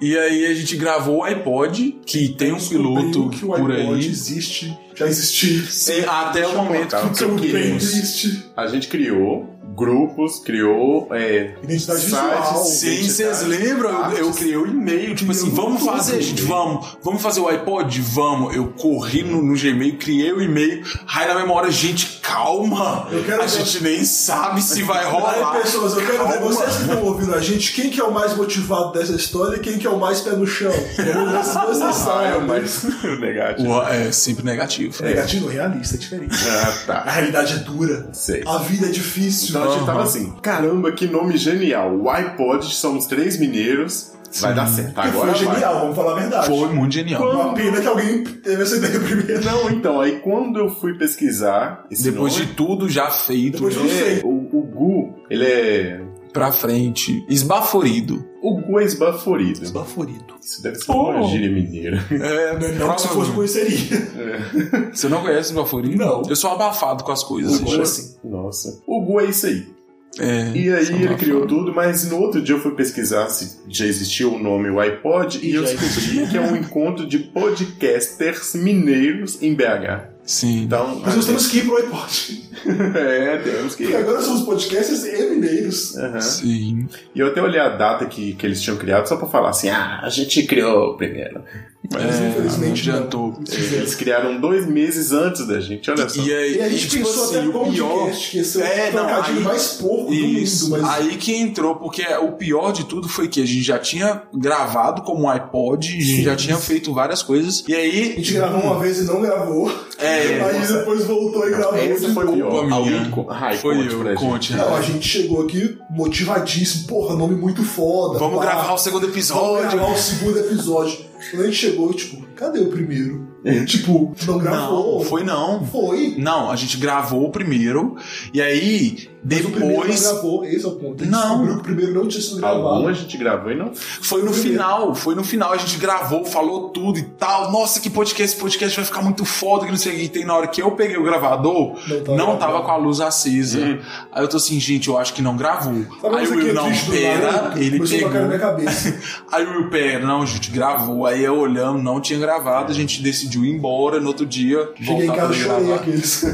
F: E aí a gente gravou o iPod, que tem um piloto
E: que o
F: por
E: iPod
F: aí.
E: existe, já existiu.
F: Sim, até o
G: Deixa eu
F: momento
G: colocar,
F: que
G: eu
F: eu
G: sei
E: Também
G: que-
F: queria.
E: existe.
G: A gente criou grupos, criou é,
E: Identidade
G: Sites,
E: visual.
F: Sim,
G: identidade,
F: vocês lembram? Eu, eu criei o e-mail, tipo assim, vamos fazer, gente, vamos. Vamos fazer o iPod? Vamos. Eu corri no, no Gmail, criei o e-mail. Aí na memória, gente, calma.
E: Eu quero
F: A
E: ver-
F: gente nem sabe se vai rolar.
E: Aí, pessoas, eu quero ver
F: Calma.
E: vocês que estão ouvindo a gente, quem que é o mais motivado dessa história e quem que é o mais pé no chão? Essas duas não
G: Ah, é
E: sabem.
G: mais negativo.
F: Ué, É sempre negativo.
E: Negativo não, realista, é diferente.
G: Ah,
E: A
G: tá.
E: realidade é dura.
G: Sei.
E: A vida é difícil.
G: Então a gente tava assim, caramba, que nome genial. O iPod, somos três mineiros. Vai dar certo.
E: Porque
G: Agora
E: foi
G: vai.
E: genial, vamos falar a verdade.
F: Foi muito genial.
E: Uma pena que alguém teve essa ideia primeiro.
G: Não, então, aí quando eu fui pesquisar esse
F: Depois
G: nome,
F: de tudo já feito,
E: assim? Depois um de tudo feito.
G: o, o Gu, ele é...
F: pra frente, esbaforido.
G: O Gu é esbaforido.
E: Esbaforido.
G: Isso deve ser uma gíria mineira.
F: É,
E: Não que né? Então, se fosse conheceria.
F: Você não conhece esbaforido?
E: Não. assim?
F: Eu sou abafado com as coisas.
G: Agora
F: gente.
G: sim. assim. Nossa. O Gu é isso aí.
F: É.
G: E aí ele
F: Abafado.
G: criou tudo, mas no outro dia eu fui pesquisar se já existia o nome o iPod e,
E: E
G: eu
E: já
G: descobri que é um encontro de podcasters mineiros em BH.
F: Sim.
G: Então,
E: Mas nós temos que ir pro iPod.
G: é, temos que
E: Porque agora somos podcasters e mineiros.
G: Aham.
F: Sim.
G: E eu até olhei a data que, que eles tinham criado só pra falar assim: ah, a gente criou primeiro.
E: Mas
F: É,
E: infelizmente
F: não
E: não.
F: adiantou.
G: Eles criaram dois meses antes da gente, olha só.
F: E, aí,
E: E a gente
F: e, tipo
E: pensou
F: assim,
E: até
F: o
E: como
F: pior.
E: podcast, que esse é
F: É,
E: o
F: não,
E: trocadilho
F: aí-
E: mais porco
F: Isso,
E: do mundo. Mas
F: aí que entrou, porque o pior de tudo foi que a gente já tinha gravado como iPod, a gente já tinha feito várias coisas, e
E: a
F: aí.
E: gente gravou uma vez e não gravou.
F: É,
E: aí depois voltou e gravou.
G: Essa
E: de
G: foi
E: novo.
G: pior.
F: minha.
G: Alguém co- Ai,
F: foi
G: conte
F: eu,
G: pra gente.
F: conte. né?
E: Não, a gente chegou aqui motivadíssimo. Porra, nome muito foda.
F: Vamos
E: pá.
F: gravar o segundo
E: Vamos
F: episódio.
E: gravar o segundo episódio. Quando a gente chegou, tipo, cadê o primeiro? tipo, não gravou.
F: Não, foi não.
E: Foi.
F: Não, a gente gravou o primeiro, e aí
E: Mas o primeiro não
F: depois.
E: gravou, esse é o ponto. A gente
F: Não.
E: descobriu que o primeiro não tinha sido
G: Algum a
E: gravado.
G: gente gravou e não
F: Foi no final, foi no final, a gente gravou, falou tudo e tal. Nossa, que podcast, esse podcast vai ficar muito foda, que não sei o que. E tem na hora que eu peguei o gravador,
E: Não tava
F: não tava
E: gravando.
F: com a luz acesa. Aí eu tô assim, gente, eu acho que não gravou.
E: Sabe
F: Aí
E: isso
F: o
E: aqui
F: Will,
E: é
F: não,
E: triste do
F: pera,
E: nada?
F: ele
E: Começou a tocar na minha
F: pegou.
E: cabeça.
F: Aí o Will, pera, não, gente, gravou. Aí eu olhando, não tinha gravado, a gente decidiu ir embora no outro dia.
E: Cheguei em
F: voltar
E: casa
F: pra
E: e chorei
F: gravar.
E: aqueles.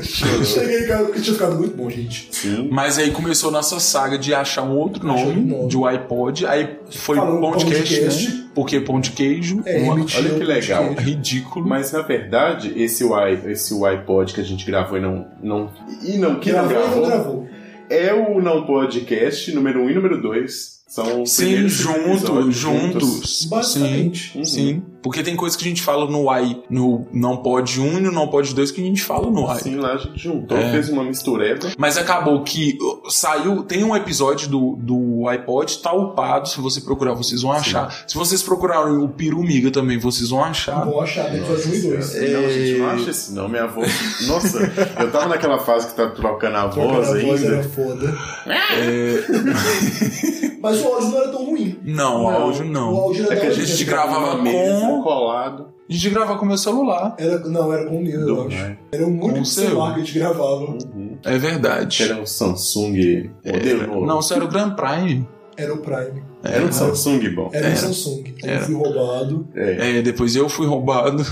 E: Cheguei em casa porque tinha ficado muito bom, gente.
G: sim.
F: Mas aí começou nossa saga de achar um outro
E: Achar
F: nome,
E: um nome.
F: de um iPod. Aí foi
E: Falou
F: pão de
E: pão de
F: queijo,
E: queijo.
F: né? Porque pão de queijo.
E: É,
F: uma-
E: emitiu
G: olha que
E: um
G: legal.
E: podcast.
F: É Ridículo.
G: Mas na verdade, esse, i- esse iPod que a gente gravou e não. não e não, que
E: Gravou
G: não
E: e
G: gravou,
E: não gravou.
G: é o Não Podcast número 1 um e número 2. São os
F: Sim,
G: primeiros
F: junto,
G: episódios
F: juntos. Sim,
E: Basicamente.
F: sim.
G: Uhum.
F: Porque tem coisa que a gente fala no AI, no não pode um e no não pode dois que a gente fala no AI.
G: Sim, lá a gente juntou,
F: É.
G: fez uma mistureba.
F: Mas acabou que uh, saiu. Tem um episódio do, do iPod, tá upado. Se você procurar, vocês vão achar. Se vocês procurarem o Pirumiga também, vocês vão achar.
E: Vou achar episódio 1 e 2.
G: Não, a gente
F: É.
G: não acha esse não, minha voz. Nossa, eu tava naquela fase que tá trocando a voz
E: Cara, a voz
G: ainda.
E: era foda. Mas o áudio não era tão ruim.
F: Não, o
G: Não,
F: áudio
E: O
F: não.
E: áudio era
G: É que a
E: da-
G: gente
F: gente
G: gravava
F: gravava
G: mesmo
F: com-
G: colado.
F: A gente grava com meu celular.
E: Era, não, era com o meu, eu
G: Do
E: acho. Era um único
F: o seu.
E: celular que a gente gravava.
G: Uhum.
F: É verdade.
G: Era um Samsung modelo novo.
F: É, Não, é. isso era o Grand Prime.
E: Era o Prime.
G: era um Samsung bom.
E: Era,
F: É.
E: o Samsung. Eu
F: Era.
E: fui roubado.
G: É,
F: É, depois eu fui roubado.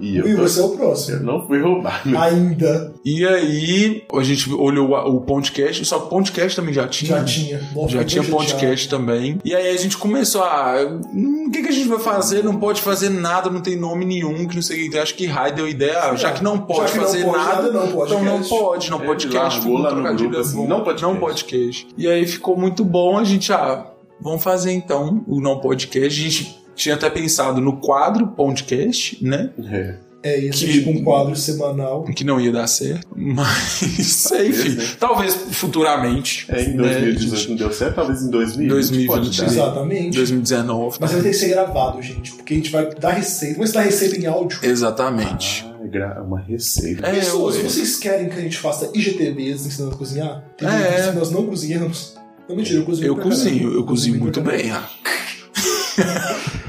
G: e eu,
E: E
G: tô-
E: você é o
G: eu
E: próximo.
G: não fui roubado.
E: Ainda.
F: E aí, a gente olhou o o podcast, só que podcast também já tinha.
E: Já tinha. Nossa,
F: Já
E: eu tô
F: tinha
E: chateado.
F: podcast também. E aí a gente começou a. "Hum, O que, que a gente vai fazer? Não pode fazer nada, não tem nome nenhum, que não sei o que. Então, acho que Rai deu ideia. ah, já que não pode
E: é. Já que não
F: fazer
E: pode
F: nada,
E: nada, não pode
F: então não
E: cast.
F: pode, não
G: Ele
F: pode cast.
G: É, largou
F: ficou um
G: lá no
F: trocadilho,
G: grupo, assim,
F: bom.
G: não podcast.
F: Não podcast. E aí ficou muito bom, a gente, ah, vamos fazer então o não podcast. A gente tinha até pensado no quadro podcast, né?
G: É.
E: É isso,
F: Que-
E: tipo um quadro semanal.
F: Que não ia dar certo, mas aí,
G: Talvez,
F: filho,
G: né?
F: talvez futuramente.
G: É, em
F: né, a gente-
G: 2018 não deu certo, talvez em 2020.
F: 2020.
G: pode dar.
E: Exatamente.
F: 2019.
E: Mas vai ter que ser gravado, gente. Porque a gente vai dar receita. Vamos dar receita em áudio.
F: Exatamente.
G: Ah, gra- uma receita.
F: É,
E: Pessoas,
F: ué.
E: vocês querem que a gente faça IGTVs ensinando a cozinhar? Tem
F: É.
E: vídeos que nós não cozinhamos. Não, mentira, eu cozinho
F: Eu
E: pra caralho.
F: cozinho, eu cozinho
E: pra
G: Uhum.
F: muito
E: caralho.
F: bem. ah.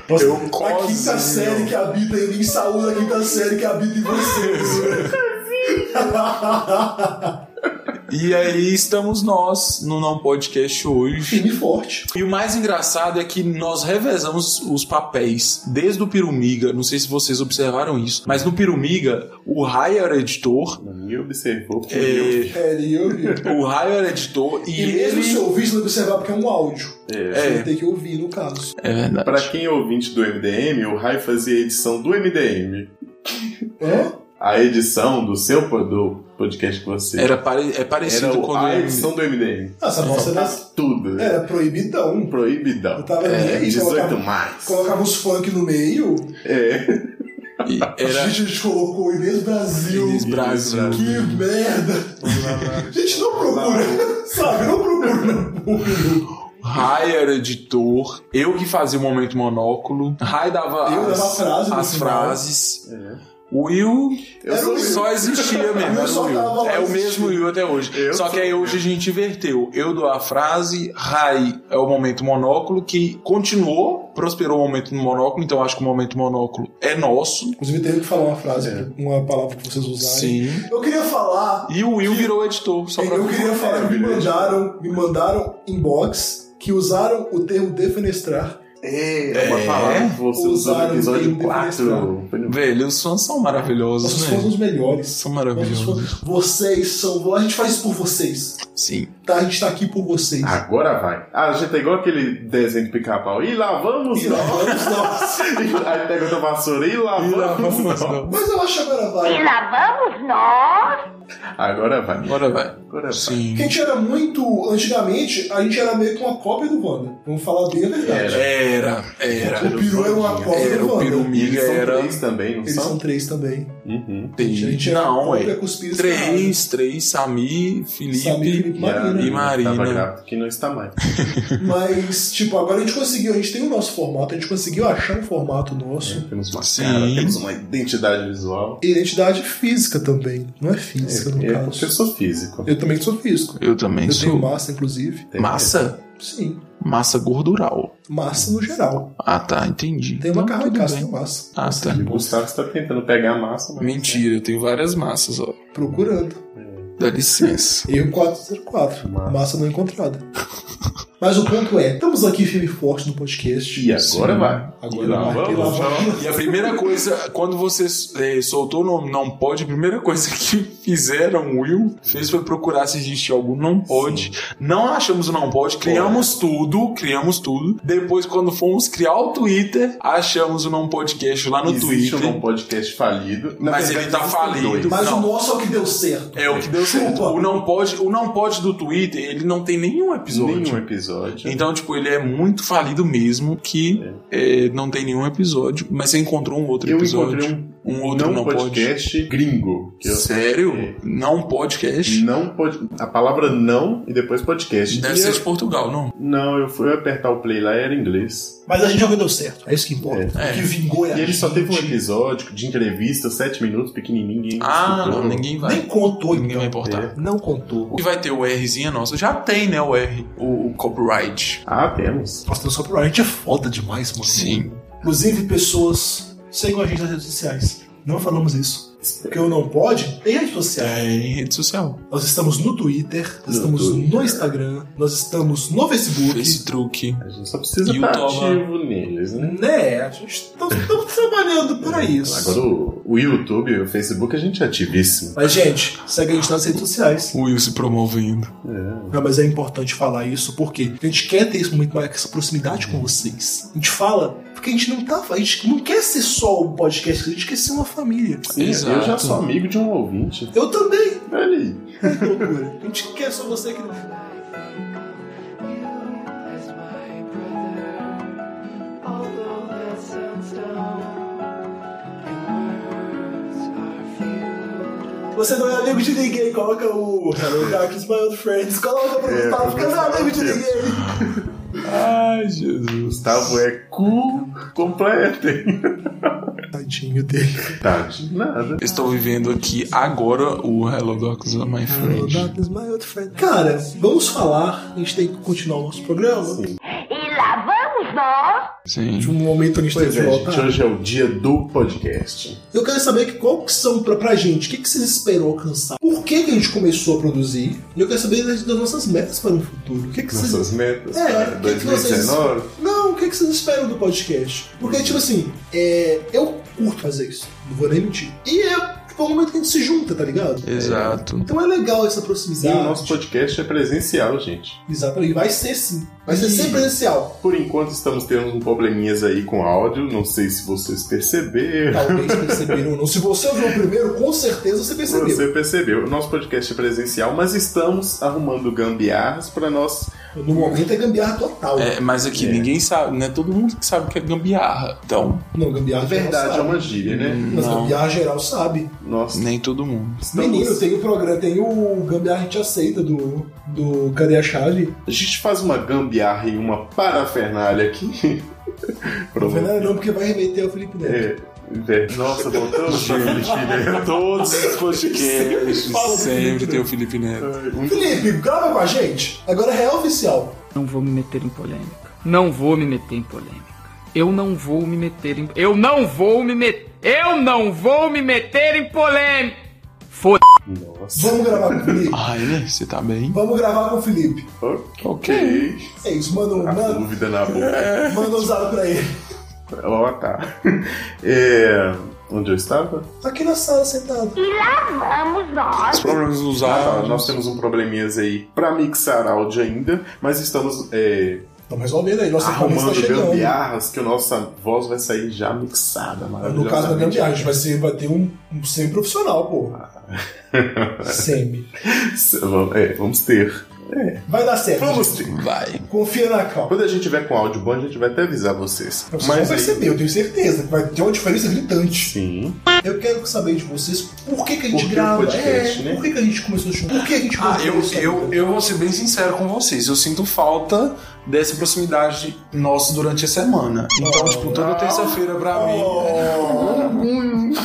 E: Nossa,
F: Eu
E: a
F: cozinho.
E: quinta série que habita em mim, saúde a quinta série que habita em vocês.
F: E aí estamos nós no Não Podcast hoje.
E: Firme e forte.
F: E o mais engraçado é que nós revezamos os papéis desde o Pirumiga. Não sei se vocês observaram isso, mas no Pirumiga, o Rai era editor,
G: Me observou. porque eu-
F: é,
E: É, e eu vi.
F: o Rai era editor e,
E: E mesmo se
F: ele.
E: ouvir, você vai observar porque é um áudio.
G: É.
E: Você
F: É.
E: vai ter que ouvir, no caso.
F: É verdade.
G: Pra quem é ouvinte do MDM, o Rai fazia a edição do MDM.
E: Hã?
G: A edição do seu po- do podcast que você.
F: Era pare... É parecido
G: Era o-
F: quando
G: a
F: ele-
G: edição do MDM.
E: Ah, Essa nossa era,
G: Tudo. né?
E: era proibidão.
G: Proibidão.
E: É. Eu tava nem
F: É,
E: aí,
G: 18
E: colocava-
G: mais.
E: Colocava uns funk no meio.
G: É.
F: e
E: A
F: era.
E: gente colocou Inês Brasil.
F: Inês Brasil.
G: Brasil.
E: Que merda! A gente não procura, sabe? Não procura.
F: Rai era editor, eu que fazia o momento monóculo, Rai dava
E: Eu dava a
F: as,
E: frase no
F: as
E: final. É.
F: frases, Will
G: Eu
E: Era
G: sou
E: o
G: o
F: só existia mesmo,
E: Will
F: era
E: só
F: o
E: tava
F: Will.
E: lá
F: É o
E: existindo.
F: mesmo Will até hoje.
G: Eu
F: só
G: sou-
F: que aí hoje a gente inverteu. Eu dou a frase, Rai é o momento monóculo que continuou, prosperou o momento monóculo, então acho que o momento monóculo é nosso.
E: Inclusive, teve que falar uma frase, uma palavra que vocês usarem.
F: Sim.
E: Eu queria falar.
F: E o Will virou editor, só pra
E: Eu queria falar que me mandaram, me mandaram inbox que usaram o termo defenestrar.
G: É, é uma palavra que você usou no
E: Usaram
G: episódio
E: bem
G: 4.
E: defenestrar.
G: Foi no-
F: Velho, os fãs são maravilhosos,
E: Nossos fãs são
F: né?
E: os melhores.
F: São
E: Nossos
F: maravilhosos.
E: fãs- Vocês são. A gente faz isso por vocês.
F: Sim.
E: Tá? A gente tá aqui por vocês.
G: Agora vai. Ah, a gente tá igual aquele desenho de pica-pau. E lá vamos
E: E lá
G: nós.
E: vamos nós.
G: Aí pega outra vassoura e lá
F: E lá
G: vamos
F: vamos
G: nós.
F: nós.
E: Mas eu acho que agora vai.
G: Agora vai.
F: Agora vai.
G: Agora vai.
F: Sim.
E: Porque a gente era muito. Antigamente, a gente era meio que uma cópia do Wanda. Vamos falar bem a verdade.
F: Era, era.
E: O Peru era uma cópia
F: Era,
E: do
F: o
E: Wanda.
G: E eles
F: Pirumiga
G: são
F: era.
G: três também, não
E: Eles
G: são?
E: são três também.
G: Uhum.
E: A gente era
F: Não,
E: cópia
F: é.
E: cuspira escarrada.
F: Três, três, Sami,
E: Samir,
F: Felipe.
E: Felipe,
G: E a
E: Marina.
F: E Marina.
G: Tava grávida, que não está mais.
E: Mas, tipo, agora a gente conseguiu, a gente tem o nosso formato, a gente conseguiu achar um formato nosso.
G: Temos uma
F: Sim.
G: cara, temos uma identidade visual.
E: E identidade física também. Não é física, no
G: É porque eu
E: caso.
G: sou físico.
E: Eu também sou físico.
F: Eu também
E: Eu tenho
F: sou.
E: massa, inclusive.
G: Tem
F: Massa?
E: Sim.
F: Massa gordural.
E: Massa no geral.
F: Ah, tá, entendi.
E: Tem uma
F: Então,
E: carro em
F: tudo
E: casa,
F: bem.
E: tem massa.
F: Ah, tá.
G: E o Gustavo está tentando pegar a massa, mas.
F: Mentira, eu tenho várias massas, ó.
E: Procurando.
F: Dá licença.
E: Erro 404.
G: Massa.
E: Massa não encontrada. Mas o ponto é, estamos aqui firme e forte no podcast.
G: E agora
F: Sim.
G: vai.
E: Agora
G: e lá
E: vai,
G: vamos.
E: e lá vamos.
F: E a primeira coisa, quando você eh, soltou o nome Não Pode, a primeira coisa que fizeram, Will, fez foi procurar se existia algum Não Pode. Não achamos o Não Pode, criamos tudo, criamos tudo. Depois, quando fomos criar o Twitter, achamos o Não Podcast lá no
G: Existe
F: Twitter.
G: um não podcast falido. Na
F: Mas ele tá
G: existem
F: falido.
G: dois.
E: Mas
F: Não.
E: o nosso é o que deu certo.
F: É o que deu certo.
E: Chupa.
F: O não pode, o não pode do Twitter, ele não tem nenhum episódio.
G: Nenhum episódio.
F: Então, tipo, ele é muito falido mesmo, que é, não tem nenhum episódio, mas você encontrou um outro
G: eu
F: episódio.
G: encontrei um,
F: Um outro não, pode.
G: podcast gringo. que eu-
F: Sério?
G: É.
F: Não um podcast?
G: Não pode. A palavra não e depois podcast.
F: Deve
G: E
F: ser
G: eu-
F: de Portugal, não.
G: Não, eu fui apertar o play lá e era inglês.
E: Mas a gente já deu certo. É isso que importa.
F: É.
E: O que vingou é a
G: E ele só
E: gente.
G: teve um episódio de entrevista, sete minutos, pequenininho. ninguém
F: Ah,
G: escutou.
F: não, ninguém vai.
E: Nem contou,
F: Ninguém vai
E: então.
F: importar.
E: Não contou.
F: O que vai ter o Rzinho é nosso. Já tem, né, o R, o, o copyright.
G: Ah, temos.
E: Nossa, teu copyright é foda demais, mano. Inclusive, pessoas sigam a gente nas redes sociais. Não falamos isso. Porque o Não Pode tem redes sociais.
F: É em rede social.
E: Nós estamos no Twitter, nós
G: No
E: estamos
G: Twitter.
E: no Instagram, nós estamos no Facebook.
F: Esse truque.
G: A gente só precisa
F: E o
G: estar
F: Toma?
G: ativo neles, né?
E: Né? A gente estamos trabalhando
F: É
E: pra isso.
G: É, Agora o, o YouTube e o Facebook a gente é ativíssimo.
E: Mas, gente, segue a gente nas redes sociais.
F: O Will se promovendo.
G: Uhum.
E: Não, mas é importante falar isso porque a gente quer ter esse momento mais, essa proximidade com vocês. A gente fala porque a gente não tá. A gente não quer ser só um podcast, a gente quer ser uma família.
G: Sim, É, eu já
F: Exato.
G: sou amigo de um ouvinte.
E: Eu também,
G: Olha aí.
E: Olha que loucura. A gente quer só você que não. Você não é amigo de ninguém, coloca o Hello Darkness My Old Friends, coloca pro
G: É,
E: Gustavo, porque eu não é amigo de
G: Deus.
E: ninguém.
F: Ai, Jesus.
G: Gustavo é cu completo. hein?
E: Tadinho dele.
G: Tá, de nada.
F: Eu estou vivendo aqui agora o Hello Docs My
E: Hello
F: Friend.
E: Darkness My Old Friends. Cara, vamos falar, a gente tem que continuar o nosso programa.
G: Sim.
F: Sim.
E: De um momento a gente tem
G: Pois
E: que
G: é,
E: voltar.
G: gente, hoje é o dia do podcast.
E: Eu quero saber que, qual que são pra, pra gente, o que, que vocês esperam alcançar? Por que, que a gente começou a produzir? E eu quero saber das, das nossas metas para o futuro. O que, que vocês.
G: Nossas metas
E: É,
G: para
E: o que que vocês-
G: 2019.
E: Não, o que, que vocês esperam do podcast? Porque, tipo assim, é, eu curto fazer isso, não vou nem mentir. E é tipo, o momento que a gente se junta, tá ligado?
F: Exato.
E: Então é legal essa
G: E
E: proximidade.
G: o nosso podcast é presencial, gente.
E: Exatamente. Vai ser sim. Vai ser
G: Ih.
E: sempre presencial.
G: Por enquanto estamos tendo um probleminhas aí com áudio, não sei se vocês perceberam.
E: Talvez perceberam ou não. Se você ouviu o primeiro, com certeza você percebeu.
G: Você percebeu. O nosso podcast é presencial, mas estamos arrumando gambiarras para nós.
E: No momento é gambiarra total.
F: É, mas aqui ninguém sabe, né? Todo mundo que sabe que é gambiarra. Então,
E: Não, gambiarra
G: A
E: geral
G: verdade é
E: sabe.
G: uma gíria, né?
E: Mas
F: não.
E: gambiarra geral sabe.
G: Nós
E: Né.
F: Nem todo mundo.
G: estamos...
E: Menino, tem o programa, tem o Gambiarra Te Aceita do, do Cadê a Chave?
G: A gente faz uma gambiarra e uma parafernália aqui.
E: Não foi
G: Pronto.
E: nada não, porque vai remeter ao Felipe Neto.
G: É, é. Nossa, voltamos pra né? Felipe Neto.
F: Todos os podcasts.
E: fala do
F: Sempre tem o Felipe né? Neto.
G: É.
E: Felipe, grava com a gente! Agora é oficial.
K: Não vou me meter em polêmica. Não vou me meter em polêmica. Eu não vou me meter em. Eu não vou me meter. Eu não vou me meter em polêmica. Foda.
G: Nossa.
E: Vamos gravar com o Felipe?
F: Ai, né? Você tá bem?
E: Vamos gravar com o Felipe.
G: Ok.
E: É isso, manda um,
G: A
E: manda,
G: Tá dúvida na boca.
E: manda um zap pra ele.
G: Ó, tá. É, Onde eu estava?
E: Tá Aqui na sala, sentado.
F: Os problemas dos
G: Ah, nós
F: áudios.
G: temos um probleminhas aí pra mixar áudio ainda, mas estamos é,
E: Estamos resolvendo aí, nossa conversa tá
G: arrumando
E: chegando.
G: gambiarras que a nossa voz vai sair já
E: Ah,
G: mixada,
E: No caso da
G: maravilhosamente.
E: gambiarra, a gente vai, ser, vai ter um, um semi-profissional, pô. Semi.
G: Vamos- É, vamos ter.
E: Vai dar certo.
G: Vamos
E: gente.
G: ter.
F: Vai.
E: Confia na calma.
G: Quando a gente tiver com áudio bom, a gente vai até avisar vocês.
E: Vocês vão
G: Mas aí,
E: perceber, eu tenho certeza, que vai ter uma diferença gritante.
G: sim.
E: Eu quero saber de vocês por que, que a gente
G: Por que o
E: grava.
G: podcast,
E: é,
G: né?
E: Por que, que a gente começou esse show? Por que a gente
F: Ah,
E: começou
F: eu,
E: isso?
F: eu, eu vou ser bem sincero com vocês. Eu sinto falta dessa proximidade nossa durante a semana. Então, tipo, toda terça-feira pra mim.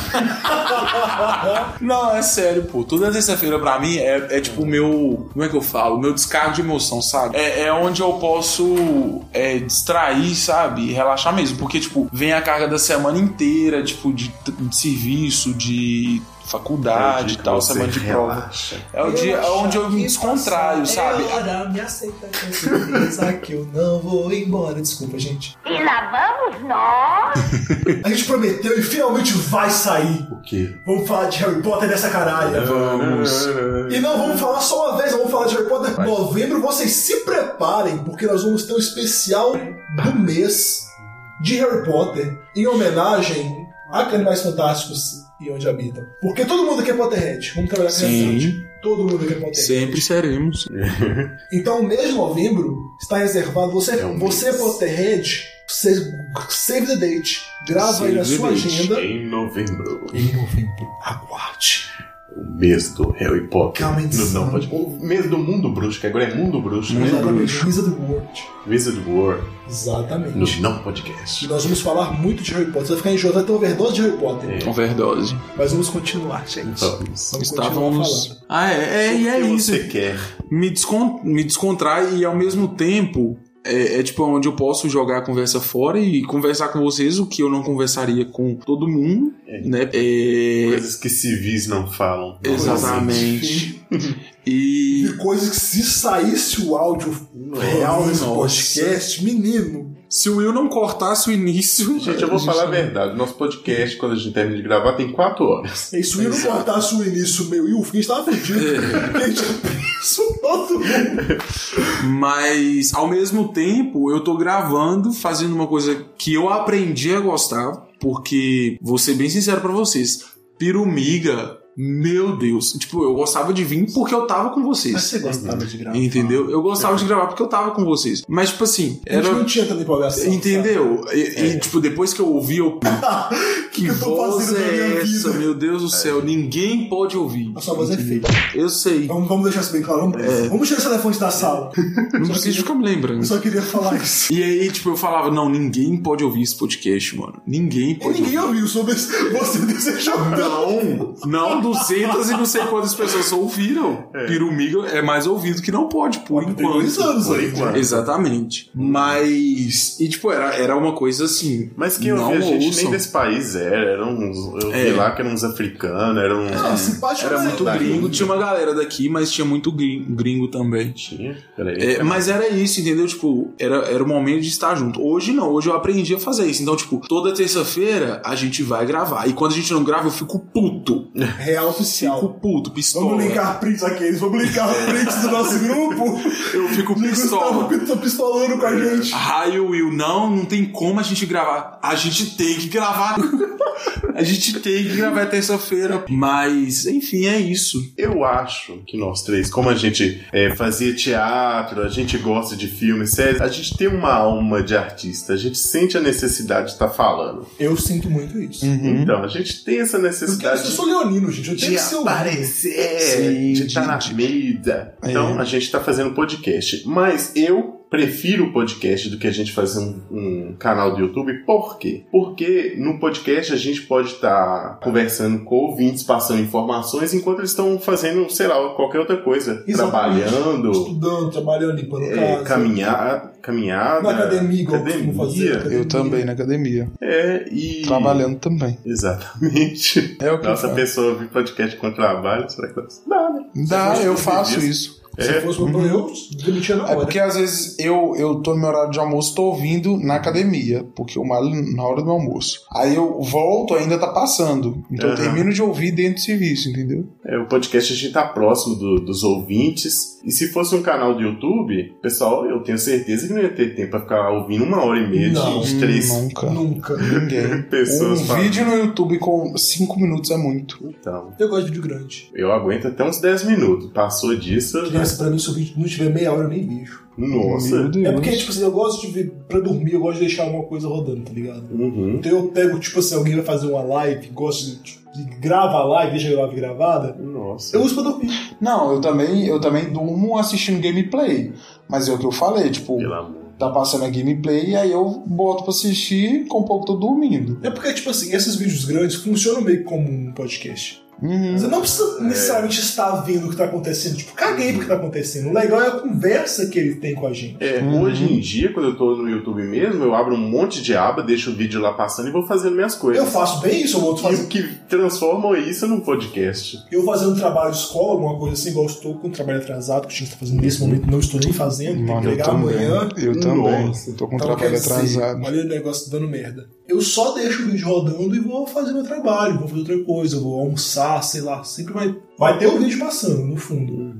F: Não, é sério, pô. Toda terça-feira pra mim é, é tipo o meu. Como é que eu falo? O meu descargo de emoção, sabe? É, é onde eu posso é, distrair, sabe? E relaxar mesmo. Porque, tipo, vem a carga da semana inteira, tipo, de, de serviço, de
G: É o
F: faculdade
G: dia
F: e
G: que
F: tal,
G: você
F: semana Ah, de prova.
G: relaxa.
F: É o dia onde eu me descontraio, sabe?
E: Ora, é me aceita com certeza que eu não vou embora. Desculpa, gente. E lá vamos nós! A gente prometeu e finalmente vai sair.
G: O quê?
E: Vamos falar de Harry Potter nessa caralha.
F: Vamos.
E: E não vamos falar só uma vez, vamos falar de Harry Potter em novembro. Vocês se preparem, porque nós vamos ter um especial do mês de Harry Potter em homenagem a Animais Fantásticos e Onde Habitam. Porque todo mundo aqui é Potterhead. Vamos trabalhar com
F: Sim.
E: Sim. Todo mundo aqui é potente.
F: Sempre seremos.
E: Então, o mês de novembro está reservado. Você,
G: É um
E: você
G: mês.
E: Potterhead, você save the date, grava aí na
G: Save the
E: sua
G: date
E: agenda.
G: Em novembro.
E: Em novembro, aguarde.
G: O mês do Harry Potter.
E: Calma,
G: não,
E: edição.
G: não, pode. O mês do mundo bruxo, que agora é mundo bruxo, né?
E: Exatamente, Wizard World.
G: Wizard World
E: Exatamente.
G: no Não
E: E
G: Podcast.
E: nós vamos falar muito de Harry Potter. Você vai ficar enjoado, vai ter overdose de Harry Potter.
F: um É. Overdose.
E: Mas vamos continuar, gente.
F: Então.
G: Vamos.
E: Vamos continuar falando.
F: Estávamos. Ah, é, é, e é
G: o que
F: isso.
G: você quer?
F: me, descon... me descontrai e ao mesmo tempo é, é, tipo onde eu posso jogar a conversa fora e conversar com vocês o que eu não conversaria com todo mundo, né? É,
G: Coisas que civis não falam.
F: Exatamente. e
E: E coisas que se saísse o áudio real desse
F: Nossa.
E: podcast, menino.
F: se o Will não cortasse o início.
G: Gente, eu vou
F: a
G: falar a verdade. Nosso podcast, quando a gente termina de gravar, tem quatro horas.
E: É isso, o Will não cortasse o início meu e o fim estava fudido. Porque a gente é isso todo mundo.
F: Mas ao mesmo tempo, eu tô gravando, fazendo uma coisa que eu aprendi a gostar, porque vou ser bem sincero pra vocês, pirumiga, meu Deus, tipo, eu gostava de vir porque eu tava com vocês.
E: Mas você gostava de gravar.
F: Entendeu? Eu gostava de gravar porque eu tava com vocês. Mas, tipo assim,
E: A gente não
F: era.
E: tinha tanta empolgação.
F: Entendeu? E, e, tipo, depois que eu ouvi, eu.
E: sabe?
F: Que
E: É. que eu tô
F: voz
E: fazendo da minha
F: é
E: vida?
F: essa? Meu Deus do céu, ninguém pode ouvir.
E: A sua voz é feia.
F: Eu sei.
E: Vamos, vamos deixar isso bem claro. Vamos,
F: É.
E: vamos tirar esse elefante da sala.
F: Não preciso ficar me
E: Então, Eu
F: lembrando.
E: só queria falar isso.
F: E aí, tipo, eu falava, não, ninguém pode ouvir esse podcast, mano. Ninguém
E: E
F: pode
E: ninguém ouviu sobre isso. Você desejou tanto.
F: Não, não, 200 e não sei quantas pessoas ouviram. Pirumiga é mais ouvido que não pode, por
E: Tem dois
F: enquanto.
E: anos
G: Por
E: aí.
G: enquanto.
F: Exatamente.
G: Hum.
F: Mas. E tipo, era, era uma coisa assim.
G: Mas quem
F: não
G: ouvia a gente nem
F: ouçam.
G: desse país era. Eram uns. Eu
F: É.
G: vi lá que eram uns africanos, eram uns.
E: Ah, simpático
F: Era
E: né?
F: muito
G: da
F: gringo,
G: Índia.
F: tinha uma galera daqui, mas tinha muito gringo, gringo também.
G: Tinha? Peraí.
F: É, mas era isso, entendeu? Tipo, era, era o momento de estar junto. Hoje não, hoje eu aprendi a fazer isso. Então, tipo, toda terça-feira a gente vai gravar. E quando a gente não grava, eu fico puto.
E: Real oficial.
F: Fico puto,
E: Vamos
F: pistola.
E: linkar prints aqueles, vamos linkar prints do nosso grupo.
F: Eu fico
E: E Gustavo
F: pistola.
E: que tá pistolando com a gente.
F: Raio Will, não, não tem como a gente gravar. A gente tem que gravar. a gente tem que gravar terça-feira. Mas, enfim, é isso.
G: Eu acho que nós três, como a gente é, fazia teatro, a gente gosta de filmes, séries, a gente tem uma alma de artista, a gente sente a necessidade de estar falando.
E: Eu sinto muito isso.
G: Então, a gente tem essa
E: Eu quero
G: necessidade
E: ser sou leonino, gente. Eu tenho
G: de
E: que ser um o.
G: aparecer,
F: Sim,
G: de estar na vida.
E: É.
G: Então, a gente tá fazendo podcast. Mas eu prefiro o podcast do que a gente fazer um, um canal do YouTube. Por quê? Porque no podcast a gente pode estar conversando com ouvintes, passando informações, enquanto eles estão fazendo, sei lá, qualquer outra coisa.
E: Exatamente.
G: Trabalhando,
E: Estudando, trabalhando, limpando
G: é,
E: casa.
G: caminhar, caminhada.
E: Na academia, igual eu costumo fazer.
G: academia.
E: Academia.
J: Eu também na academia.
G: É, e...
J: Trabalhando também.
G: Exatamente.
E: Tá
J: É o que
G: Nossa, a
J: eu
G: pessoa ouvir podcast com trabalho, será que nós-
J: faço. Dá, eu faço isso.
E: Se fosse pra eu, demitia na
J: É
E: hora.
J: porque às vezes eu, eu tô no meu horário de almoço, tô ouvindo na academia, porque eu malho na hora do meu almoço. Aí eu volto, ainda tá passando. Então eu
G: Aham.
J: termino de ouvir dentro do serviço, entendeu?
G: É, o podcast a gente tá próximo do- dos ouvintes. E se fosse um canal do YouTube, pessoal, eu tenho certeza que não ia ter tempo pra ficar ouvindo uma hora e meia de-
E: Não.
G: de três
J: Nunca.
E: Nunca.
J: Ninguém.
G: pessoas
J: um
G: falando.
J: vídeo no YouTube com 5 minutos é muito.
G: Então,
E: Eu gosto de vídeo grande.
G: eu aguento até uns 10 minutos. Passou disso.
E: Criança, pra mim, se o vídeo não tiver meia hora, eu nem vejo.
G: Nossa.
E: É
J: Uhum.
E: porque, tipo assim, eu gosto de ver pra dormir, eu gosto de deixar alguma coisa rodando, tá ligado?
G: Uhum.
E: Então eu pego, tipo assim, alguém vai fazer uma live, gosta de, tipo, de- grava a live, deixa a live gravada,
G: Nossa.
E: eu uso pra dormir.
J: Não, eu também, eu também durmo assistindo gameplay. Mas é o que eu falei, tipo,
G: Pelo
E: Hum.
G: amor.
J: tá passando a gameplay e aí eu boto pra assistir com pouco tô dormindo.
E: É porque, tipo assim, esses vídeos grandes funcionam meio como um podcast.
J: Uhum.
E: Você não precisa necessariamente estar vendo o que tá acontecendo. Tipo, caguei pro que tá acontecendo. O legal é a conversa que ele tem com a gente.
G: É, Hoje em dia, quando eu tô no YouTube mesmo, eu abro um monte de aba, deixo o vídeo lá passando e vou fazendo minhas
E: Eu
G: coisas.
E: faço bem isso, eu outro
G: E
E: faz...
G: o que transforma isso num podcast.
E: Eu fazendo trabalho de escola, alguma coisa assim, igual eu estou com trabalho atrasado, que eu tinha que estar fazendo nesse momento, não estou nem fazendo, tem que pegar amanhã.
J: Eu também. Tô
E: Então,
J: com Um trabalho
E: quer dizer,
J: atrasado.
E: Olha o negócio dando merda. Eu só deixo o vídeo rodando e vou fazer meu trabalho, vou fazer outra coisa, vou almoçar, sei lá. Sempre vai, vai ter o vídeo passando, no fundo.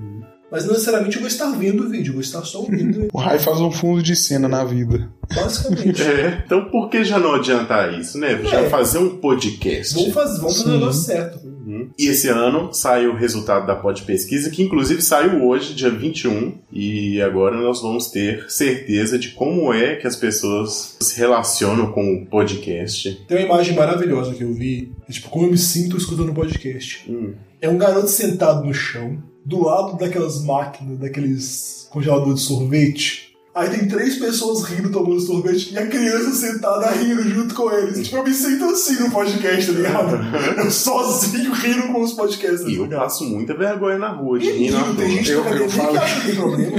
E: Mas não necessariamente eu vou estar vendo o vídeo, eu vou estar só ouvindo,
J: O Rai faz um fundo de cena na vida.
E: basicamente.
G: É, então por que já não adiantar isso, né? Já
E: É.
G: fazer um podcast.
E: Vamos fazer, vamos fazer o negócio certo.
G: Uhum. E esse ano sai o resultado da pod pesquisa, que inclusive saiu hoje, dia 21, e agora nós vamos ter certeza de como é que as pessoas se relacionam com o podcast.
E: Tem uma imagem maravilhosa que eu vi. É tipo, como eu me sinto escutando um podcast.
G: Hum.
E: É um garoto sentado no chão, do lado daquelas máquinas, daqueles congelador de sorvete. Aí tem três pessoas rindo tomando sorvete e a criança sentada rindo junto com eles. Tipo, eu me sinto assim no podcast, tá ligado? Eu sozinho rindo com os podcasts.
G: E eu
E: ligado?
G: passo muita vergonha na rua de rir
E: Menino,
G: na
E: tem
G: rua.
E: gente
J: Eu-
E: na academia
J: eu falo
E: que acha que tem problema.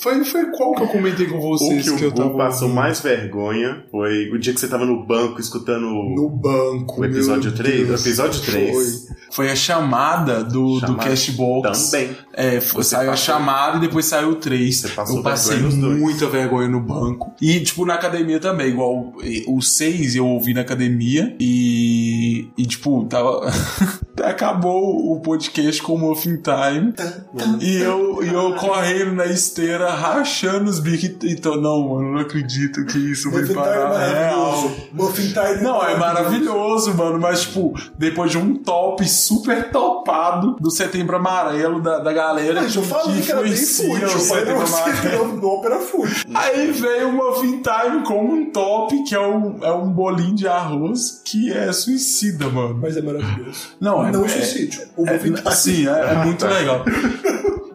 J: Foi, foi qual que eu comentei com
G: O
J: vocês
G: que
J: que,
G: o
J: eu tava.
G: Gu passou mais vergonha foi o dia que você tava no banco escutando
J: No banco.
G: o episódio
J: meu
G: 3.
J: Deus.
G: O episódio 3.
J: Foi.
F: Foi a chamada do, do
G: Chamada
F: Cashbox.
G: Também.
F: É, foi-
G: Você
F: saiu a
G: passou-
F: chamada e depois saiu o 3.
G: Você passou
F: Eu passei
G: vergonha nos dois.
F: muita vergonha no banco. E, tipo, na academia também, igual e, o 6 eu ouvi na academia e. E, tipo, tava. Acabou o podcast com o Muffin Time.
G: Tá,
F: E eu, e eu correndo na esteira, rachando os bicos. e- Então, não, mano, não acredito que isso vai
E: Muffin Time é
F: parar. Real.
E: maravilhoso. Muffin Time
F: Não, é maravilhoso, mano. Mas, tipo, depois de um top super topado do Setembro Amarelo da, da galera
E: Mas eu falei que era bem
F: influencia
E: fútil.
F: o
E: Eu falei pra
F: Setembro
E: você que
F: Amarelo.
E: não- não era fútil.
F: Aí veio uma Time com um top que é um, é um bolinho de arroz que é suicida, mano.
E: Mas é maravilhoso.
F: Não, é,
E: Não
F: é,
E: suicídio. O Muffin
F: é,
E: Time.
F: assim, é, é muito legal.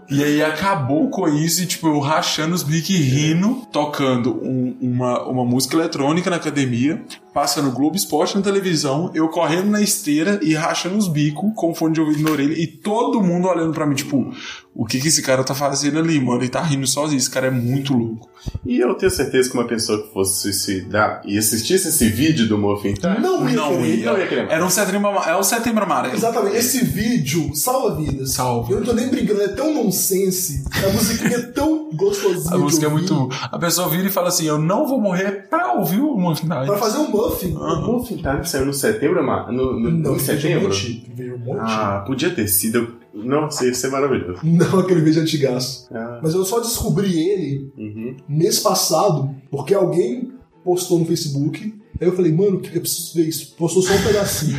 F: E aí acabou com isso, e tipo, eu rachando os bicos e rindo, tocando um- uma, uma música eletrônica na academia, passando Globo Esporte na televisão, eu correndo na esteira e rachando os bicos com fone de ouvido na orelha, e todo mundo olhando pra mim, tipo, o que que esse cara tá fazendo ali, mano? Ele tá rindo sozinho, esse cara é muito louco.
G: E eu tenho certeza que uma pessoa que fosse suicidar e assistisse esse vídeo do Muffin tá? Time.
E: Não ia
F: Não
E: querer.
F: ia.
G: não ia querer mais.
F: Era um setembro, ama- é um setembro amarelo.
E: Exatamente, esse vídeo salva vidas.
F: Salva.
E: Eu não tô nem brincando, é tão nonsense. A musiquinha é tão gostosinha.
F: A
E: de
F: música é
E: ouvir.
F: muito. A pessoa vira e fala assim: Eu não vou morrer pra ouvir o Muffin Time.
E: Pra fazer um muffin.
G: O Muffin Time saiu no setembro, Mar? No,
E: Não,
G: no, em
E: veio um
G: setembro?
E: monte. Veio um monte.
G: Ah, podia ter sido. Nossa, ia ser maravilhoso.
E: Não aquele vídeo é antigaço.
G: Ah,
E: Mas eu só descobri ele
G: uhum.
E: mês passado, porque alguém postou no Facebook. Aí eu falei, mano, eu preciso ver isso. Postou só um pedacinho.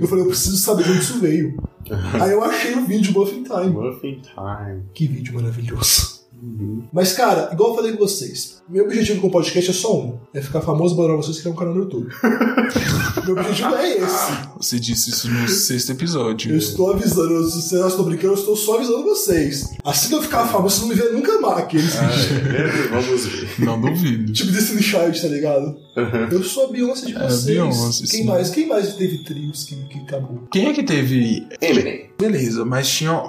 E: eu falei, eu preciso saber de onde isso veio. Aí eu achei o vídeo Muffin Time.
G: Muffin Time.
E: Que vídeo maravilhoso. Mas, cara, igual eu falei com vocês, meu objetivo com o podcast é só um: é ficar famoso, barato vocês e criar um canal no YouTube. meu objetivo é esse.
F: Você disse isso no sexto
E: Eu
F: episódio.
E: estou avisando, eu- se eu estou brincando, eu estou só avisando vocês. Assim que eu ficar famoso, vocês não me vê nunca mais aqueles bichos.
G: É, Vamos ver.
F: Não duvido.
E: Tipo Destiny Child, tá ligado? Eu sou a Beyoncé de
F: É,
E: vocês.
F: Beyoncé,
E: quem
F: sim.
E: mais? Quem mais teve trios que, que acabou?
F: Quem é que teve.
G: Eminem.
F: Beleza, mas tinha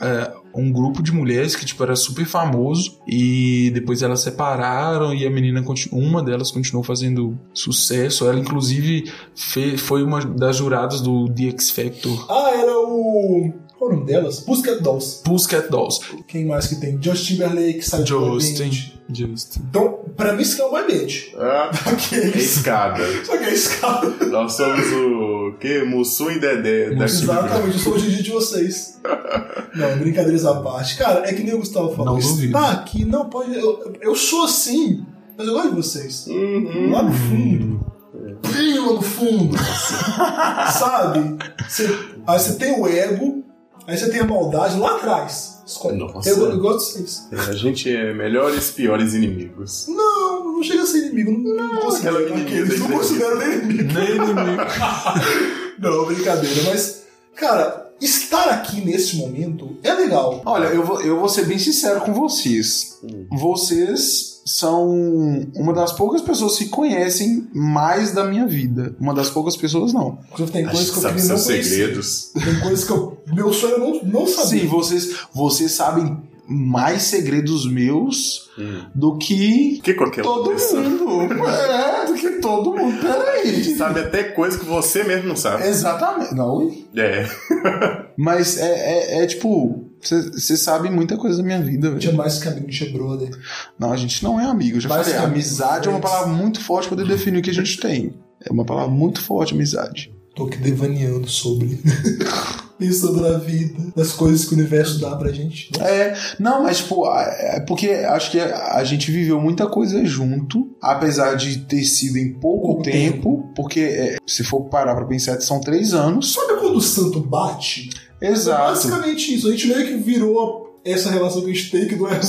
F: é, um grupo de mulheres que, tipo, era super famoso e depois elas separaram e a menina, continu- uma delas continuou fazendo sucesso. Ela, inclusive, fe- foi uma das juradas do The X Factor.
E: Ah, era o. Qual é o nome delas? Pussycat Dolls.
F: Pussycat Dolls.
E: Quem mais que tem? Justin Timberlake, Sally
F: Justin. Justin.
E: Então, pra mim, isso que é uma mente.
G: Ah, é
E: Aqueles.
G: escada.
E: Só que é esse cara.
G: Nós somos o quê? Mussum e Dedé. da
E: Exatamente, eu sou o Gigi de vocês. Não, brincadeiras à parte. Cara, é que nem o Gustavo falou.
F: Não duvido.
E: Tá aqui, não pode. Eu, eu sou assim, mas eu gosto de vocês.
G: Uhum.
E: Lá no fundo. Bem lá no fundo. Sabe? Você, aí você tem o ego, aí você tem a maldade lá atrás. Escolhe.
G: Nossa.
E: Eu, eu gosto de vocês.
G: É, a gente é melhores, piores inimigos.
E: Não, não chega a ser inimigo. Não, não considero
G: aquela menina
E: aqueles. Não
G: da
E: considero nem inimigo.
F: Nem inimigo.
E: Não, brincadeira, mas, cara, estar aqui neste momento é legal.
J: Olha, eu vou, eu vou ser bem sincero com vocês. Vocês são uma das poucas pessoas que conhecem mais da minha vida. Uma das poucas pessoas, não.
E: Inclusive, tem
G: A
E: coisas
G: gente
E: que eu
G: sabe
E: queria não
G: seus
E: conhecer.
G: segredos.
E: Tem coisas que eu. Meu sonho é não, não saber.
J: Sim, vocês, vocês sabem mais segredos meus
G: Hum.
J: do que
G: Que qualquer um
J: todo
G: pessoa.
J: mundo. é, do que todo mundo. Peraí.
G: Sabe até coisa que você mesmo não sabe.
J: Exatamente. Não,
G: É.
J: Mas é, é, é tipo, você sabe muita coisa da minha vida,
E: Tinha
J: velho.
E: mais que amigo, tinha brother.
J: Não, a gente não é amigo, eu já
E: Mas
J: falei.
E: que
J: Amizade é uma
E: amigos.
J: palavra muito forte pra poder definir o que a gente tem. É uma palavra muito forte, amizade.
E: Tô aqui devaneando sobre. Pensando na vida, nas coisas que o universo dá pra gente.
J: É, não, mas tipo, a- é porque acho que a gente viveu muita coisa junto, apesar de ter sido em pouco
E: Pouco
J: tempo, porque é, se for parar pra pensar, são três anos.
E: Sabe quando todo santo bate. É
J: Exato.
E: basicamente isso. A gente meio que virou essa relação que a gente tem, que não é,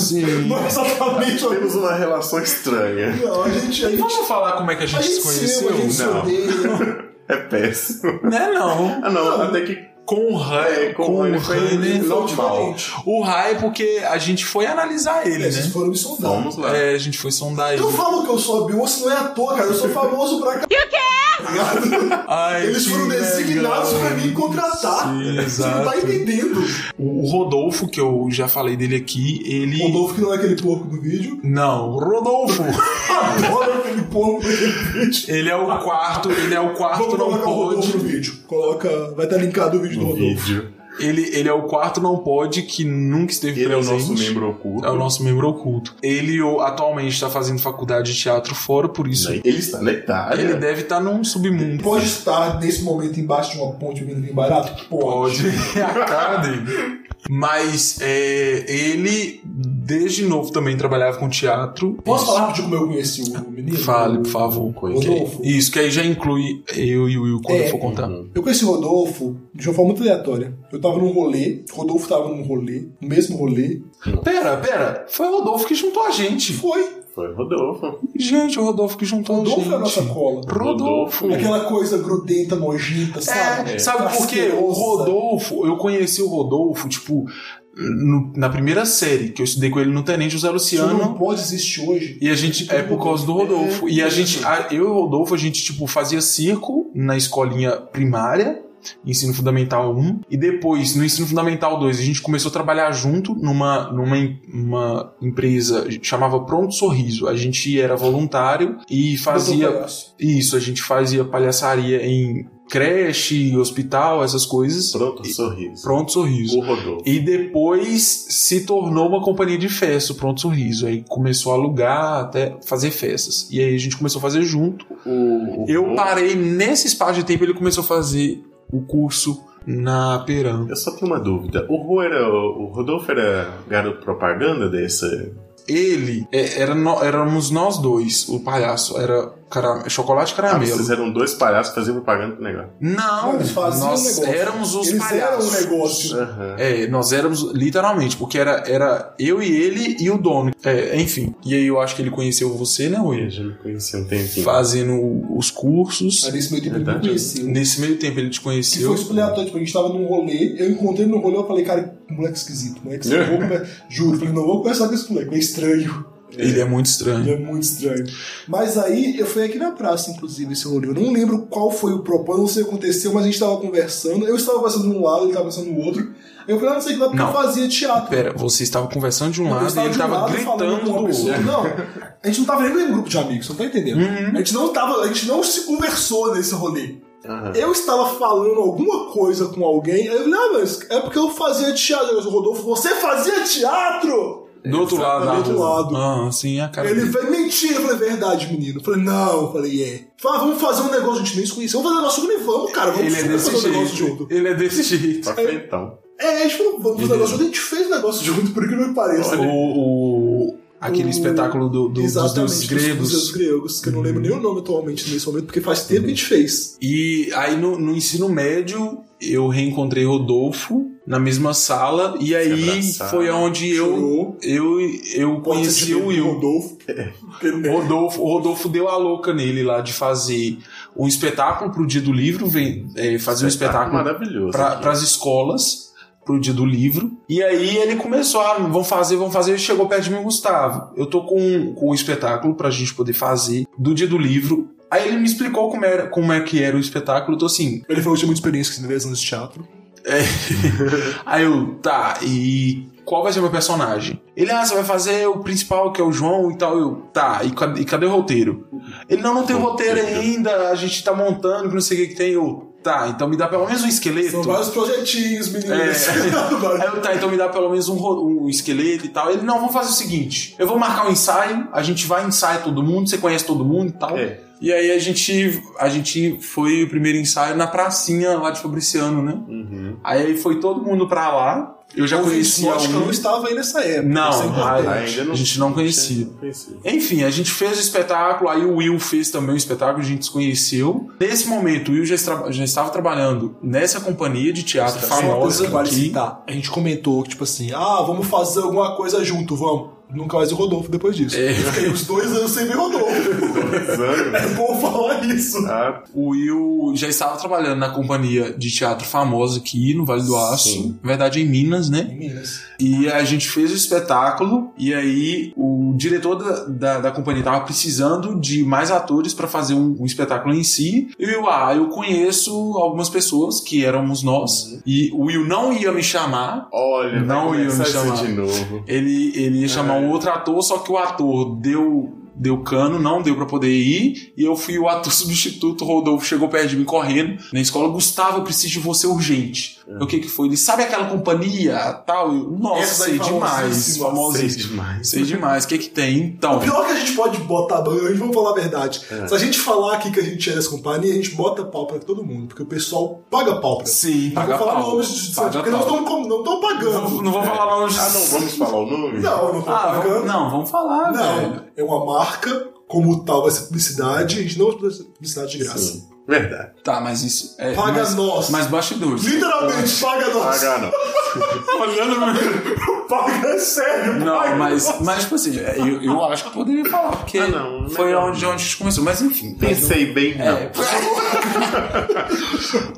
E: não é exatamente a
G: Temos uma relação estranha.
E: Não, a gente. A gente,
F: Vamos falar como é que a gente,
E: a gente
F: se
E: se ama,
F: conheceu?
E: a gente se
G: Não.
E: odeia. né?
G: É péssimo.
F: Né, não.
G: Ah, não, até que.
F: Com
G: É,
F: o Rai,
G: com
F: com
G: o
F: o
G: Rai foi
F: Rai, né?
G: normal.
F: O Rai é porque a gente foi analisar ele,
E: Eles
F: né?
E: foram me sondar.
G: Vamos lá.
F: É, a gente foi sondar
J: Então
F: ele.
E: Eu falo que eu sou a Beyoncé, não é à toa, cara. Eu sou famoso pra cá. Obrigado.
F: Ai,
E: Eles
F: que
E: foram designados
F: legal.
E: pra me contratar.
F: Sim,
E: Você não tá
F: exato.
E: entendendo.
F: O o Rodolfo, que eu já falei dele aqui, ele.
E: Rodolfo, que não é aquele porco do vídeo.
F: Não, Rodolfo.
E: Adoro aquele porco daquele vídeo.
F: ele é o quarto, ele é o quarto
E: Vamos
F: não
E: colocar o
F: pode.
E: Rodolfo no vídeo. Coloca. Vai estar linkado o vídeo do
G: No
E: Rodolfo.
G: vídeo.
F: Ele, ele é o quarto não pode que nunca esteve
G: Ele é o
F: presente.
G: nosso membro oculto.
F: É o nosso membro oculto. Ele o- atualmente está fazendo faculdade de teatro fora, por isso
G: Né?
E: Né,
G: Ele está na Itália.
E: É.
F: ele deve estar num submundo.
E: Pode estar nesse momento embaixo de uma ponte vindo vinho barato?
F: Pode. É a cara dele. Mas é, ele, desde novo, também trabalhava com teatro.
E: Posso
F: Isso.
E: falar rapidinho como eu conheci o menino?
F: Fale, por favor.
E: Rodolfo.
F: Isso, que aí já inclui eu e o Will quando
E: É.
F: eu for contar.
E: Eu conheci o Rodolfo de uma forma muito aleatória. Eu tava num rolê, o Rodolfo tava num rolê, no mesmo rolê.
F: Pera, pera. Foi o Rodolfo que juntou a gente.
E: Foi.
G: Foi Rodolfo.
F: Gente, o Rodolfo que juntou
E: Rodolfo
F: a gente.
E: é a nossa cola.
F: Rodolfo.
E: Aquela coisa grudenta, nojenta, sabe?
F: É, sabe por quê? O
E: Casqueirosa.
F: Rodolfo, eu conheci o Rodolfo, tipo, no- na primeira série, que eu estudei com ele no Tenente José
E: Isso não
F: Luciano.
E: pode existir hoje.
F: E a gente. É por causa do Rodolfo. E a gente. a- eu e o Rodolfo, a gente, tipo, fazia circo na escolinha primária. Ensino Fundamental 1 e depois no Ensino Fundamental 2 a gente começou a trabalhar junto numa, numa em- uma empresa chamava Pronto Sorriso. A gente era voluntário e fazia
E: Doutor Palhaço.
F: isso, a gente fazia palhaçaria em creche, hospital, essas coisas.
G: Pronto,
F: E-
G: sorriso.
F: Pronto Sorriso.
G: O Rodolfo.
F: E depois se tornou uma companhia de festa, o Pronto Sorriso. Aí começou a alugar até fazer festas. E aí a gente começou a fazer junto.
G: O, o
F: Eu
E: Uhum.
G: Rodolfo-
F: parei nesse espaço de tempo, ele começou a fazer o curso na Peran.
G: Eu só tenho uma dúvida. O, Ro era, o Rodolfo era garoto propaganda dessa.
F: Ele, é, era no- éramos nós dois, o palhaço, era cara, chocolate
G: Ah,
F: caramelo.
G: vocês eram dois palhaços fazendo propaganda pro negócio.
F: Não,
E: Eles faziam o
F: nós
E: negócio.
F: éramos os
E: Eles eram
F: palhaços.
E: um negócio.
G: Aham.
F: É, nós éramos literalmente, porque era, era eu e ele e o dono. É, enfim. E aí eu acho que ele conheceu você, né,
G: Eu
F: Will?
G: já me conheci há um tempinho.
F: Fazendo os cursos.
E: Aí nesse meio tempo ele me
G: Verdade.
E: conheceu.
F: Nesse meio tempo ele te
E: Que foi
F: conheceu.
E: super aleatório, tipo, a gente tava num rolê, eu encontrei ele no rolê, eu falei, cara, que moleque esquisito, moleque esquisito. Vou conver- Juro, falei, não vou conversar com esse moleque, ele é estranho,
F: Ele é muito estranho.
E: ele é muito estranho. Mas aí, eu fui aqui na praça, inclusive, esse rolê, eu não lembro qual foi o propósito, não sei o que aconteceu, mas a gente tava conversando, eu estava conversando de um lado, ele estava conversando do outro, aí eu falei, ah, não sei o que lá, porque
F: Não.
E: eu fazia teatro.
F: Pera, você estava conversando de um
E: Eu
F: lado e
E: estava
F: ele
E: de um
F: estava
E: lado falando
F: gritando
E: com
F: do
E: uma pessoa.
F: outro.
E: Não, a gente não tava nem no grupo de amigos, você não tá entendendo.
F: Uhum.
E: A gente não tava, a gente não se conversou nesse rolê.
G: Aham.
E: Eu estava falando alguma coisa com alguém, aí eu falei, ah, mas é porque eu fazia teatro. Eu falei, Rodolfo, você fazia teatro?
F: Do outro lado.
E: do outro lado.
F: Ah, sim, a cara.
E: Ele
F: dele.
E: falou, mentira, eu falei, verdade, menino. Eu falei, não, eu falei, é. Fala, vamos fazer um negócio, a gente nem se conheceu. Vamos fazer um negócio junto e vamos, cara, vamos
F: Ele é
E: super
F: desse
E: fazer um negócio
F: jeito.
E: junto.
F: Ele é desse jeito.
G: Pra frentão.
E: É, a gente falou, vamos fazer um
F: Ele-
E: negócio junto, a gente fez um negócio junto, por incrível que pareça.
F: O, o- aquele
E: O-
F: espetáculo do, do- dos
E: Exatamente,
F: deuses
E: Dos
F: gregos.
E: deuses gregos, que eu não lembro nem o nome atualmente nesse momento, porque faz tempo que a gente fez.
F: E aí no, no ensino médio eu reencontrei Rodolfo na mesma sala e aí
G: abraçaram.
F: foi onde eu
E: Chorou.
F: eu eu
E: Pode ser
F: conheci
E: de
F: o Will.
E: Rodolfo.
F: O Rodolfo, o Rodolfo deu a louca nele lá de fazer um espetáculo pro Dia do Livro, vem, é, fazer um espetáculo
G: maravilhoso. aqui.
F: para as escolas pro dia do livro. E aí ele começou, ah, vão fazer, vão fazer, e chegou perto de mim, Gustavo. Eu tô com, com um espetáculo pra gente poder fazer do dia do livro. Aí ele me explicou como, era, como é que era o espetáculo, eu tô assim.
E: Ele falou que tinha muita experiência com 10 anos de teatro.
F: Aí eu, tá, e qual vai ser o meu personagem? Ele, ah, você vai fazer o principal, que é o João e tal. Eu, tá, e cadê, e cadê o roteiro? Ele, não, não tem roteiro ainda, a gente tá montando, que não sei o que que tem. Eu, tá, então me dá pelo menos um esqueleto. É.
E: São vários projetinhos, meninas.
F: Aí eu, tá, então me dá pelo menos um, ro- um esqueleto e tal. Ele, não, vamos fazer o seguinte: eu vou marcar um ensaio, a gente vai ensaiar todo mundo, você conhece todo mundo e tal.
G: É.
F: E aí a gente, a gente foi o primeiro ensaio na pracinha lá de Fabriciano, né? Aí foi todo mundo pra lá. Eu já conhecia
E: Acho que eu
F: um.
E: não estava aí nessa época. isso é
F: Não,
E: importante.
F: a,
G: Ainda não-
F: a gente não conhecia.
G: Conheci.
F: Enfim, a gente fez o espetáculo, aí o Will fez também o espetáculo, a gente se conheceu. Nesse momento, o Will já, estra- já estava trabalhando nessa companhia de teatro
E: Só uma coisa
F: famosa
E: que vale
F: aqui.
E: citar. A gente comentou que, tipo assim, ah, vamos fazer alguma coisa junto, vamos. Nunca mais o Rodolfo depois disso.
F: É.
E: Eu fiquei uns dois anos sem ver o Rodolfo. É bom falar isso.
G: Ah,
F: O Will já estava trabalhando na companhia de teatro famosa aqui no Vale do Aço,
G: Sim.
F: na verdade em Minas, né?
E: Meninas.
F: E a gente fez o espetáculo e aí o diretor da, da, da companhia tava precisando de mais atores para fazer um, um espetáculo em si. E eu, ah, eu conheço algumas pessoas que éramos nós e o Will não ia me chamar.
G: olha,
F: Não
G: vai
F: ia me
G: começar
F: chamar.
G: isso de novo.
F: Ele, ele ia chamar
E: É.
F: um outro ator, só que o ator deu deu cano, não deu para poder ir, e eu fui o ator substituto, o Rodolfo chegou perto de mim correndo, na escola, Gustavo, eu preciso de você urgente.
E: É.
F: O que que foi? Ele, sabe aquela companhia, tal? Eu,
E: Essa
F: Nossa,
E: daí
F: sei demais,
E: famosíssima,
F: famosíssima.
G: Sei demais.
F: Sei demais, o que que tem? Então,
E: O pior que a gente pode botar, a gente vamos falar a verdade.
F: É.
E: Se a gente falar aqui que a gente é dessa companhia, a gente bota pau pra todo mundo, porque o pessoal paga pau pra
F: sim,
E: Não
F: paga
E: vou falar
F: pau.
E: nomes de
F: Paga
E: porque não
F: pau.
E: estão com- não estão pagando.
F: Não, não vou falar nomes de
G: Ah, não vamos falar o nome?
E: Não, não estão
F: Ah, vamos-
E: pagando.
F: não, vamos falar, velho.
E: Não, é uma marca, como tal vai ser publicidade, a gente não vai fazer publicidade de graça.
G: Sim. Verdade.
F: Tá, mas isso... É,
E: Paga
F: mas,
E: nós.
F: Mas bastidores.
E: Literalmente, paga nós.
G: Ah, não.
F: Olhando
E: Paga é sério.
F: Não, mas, mas tipo assim, eu, eu acho que eu poderia falar, porque
G: Ah, não,
F: foi
G: melhor
F: onde, onde a gente começou. Mas enfim.
G: Pensei bem, não.
F: É.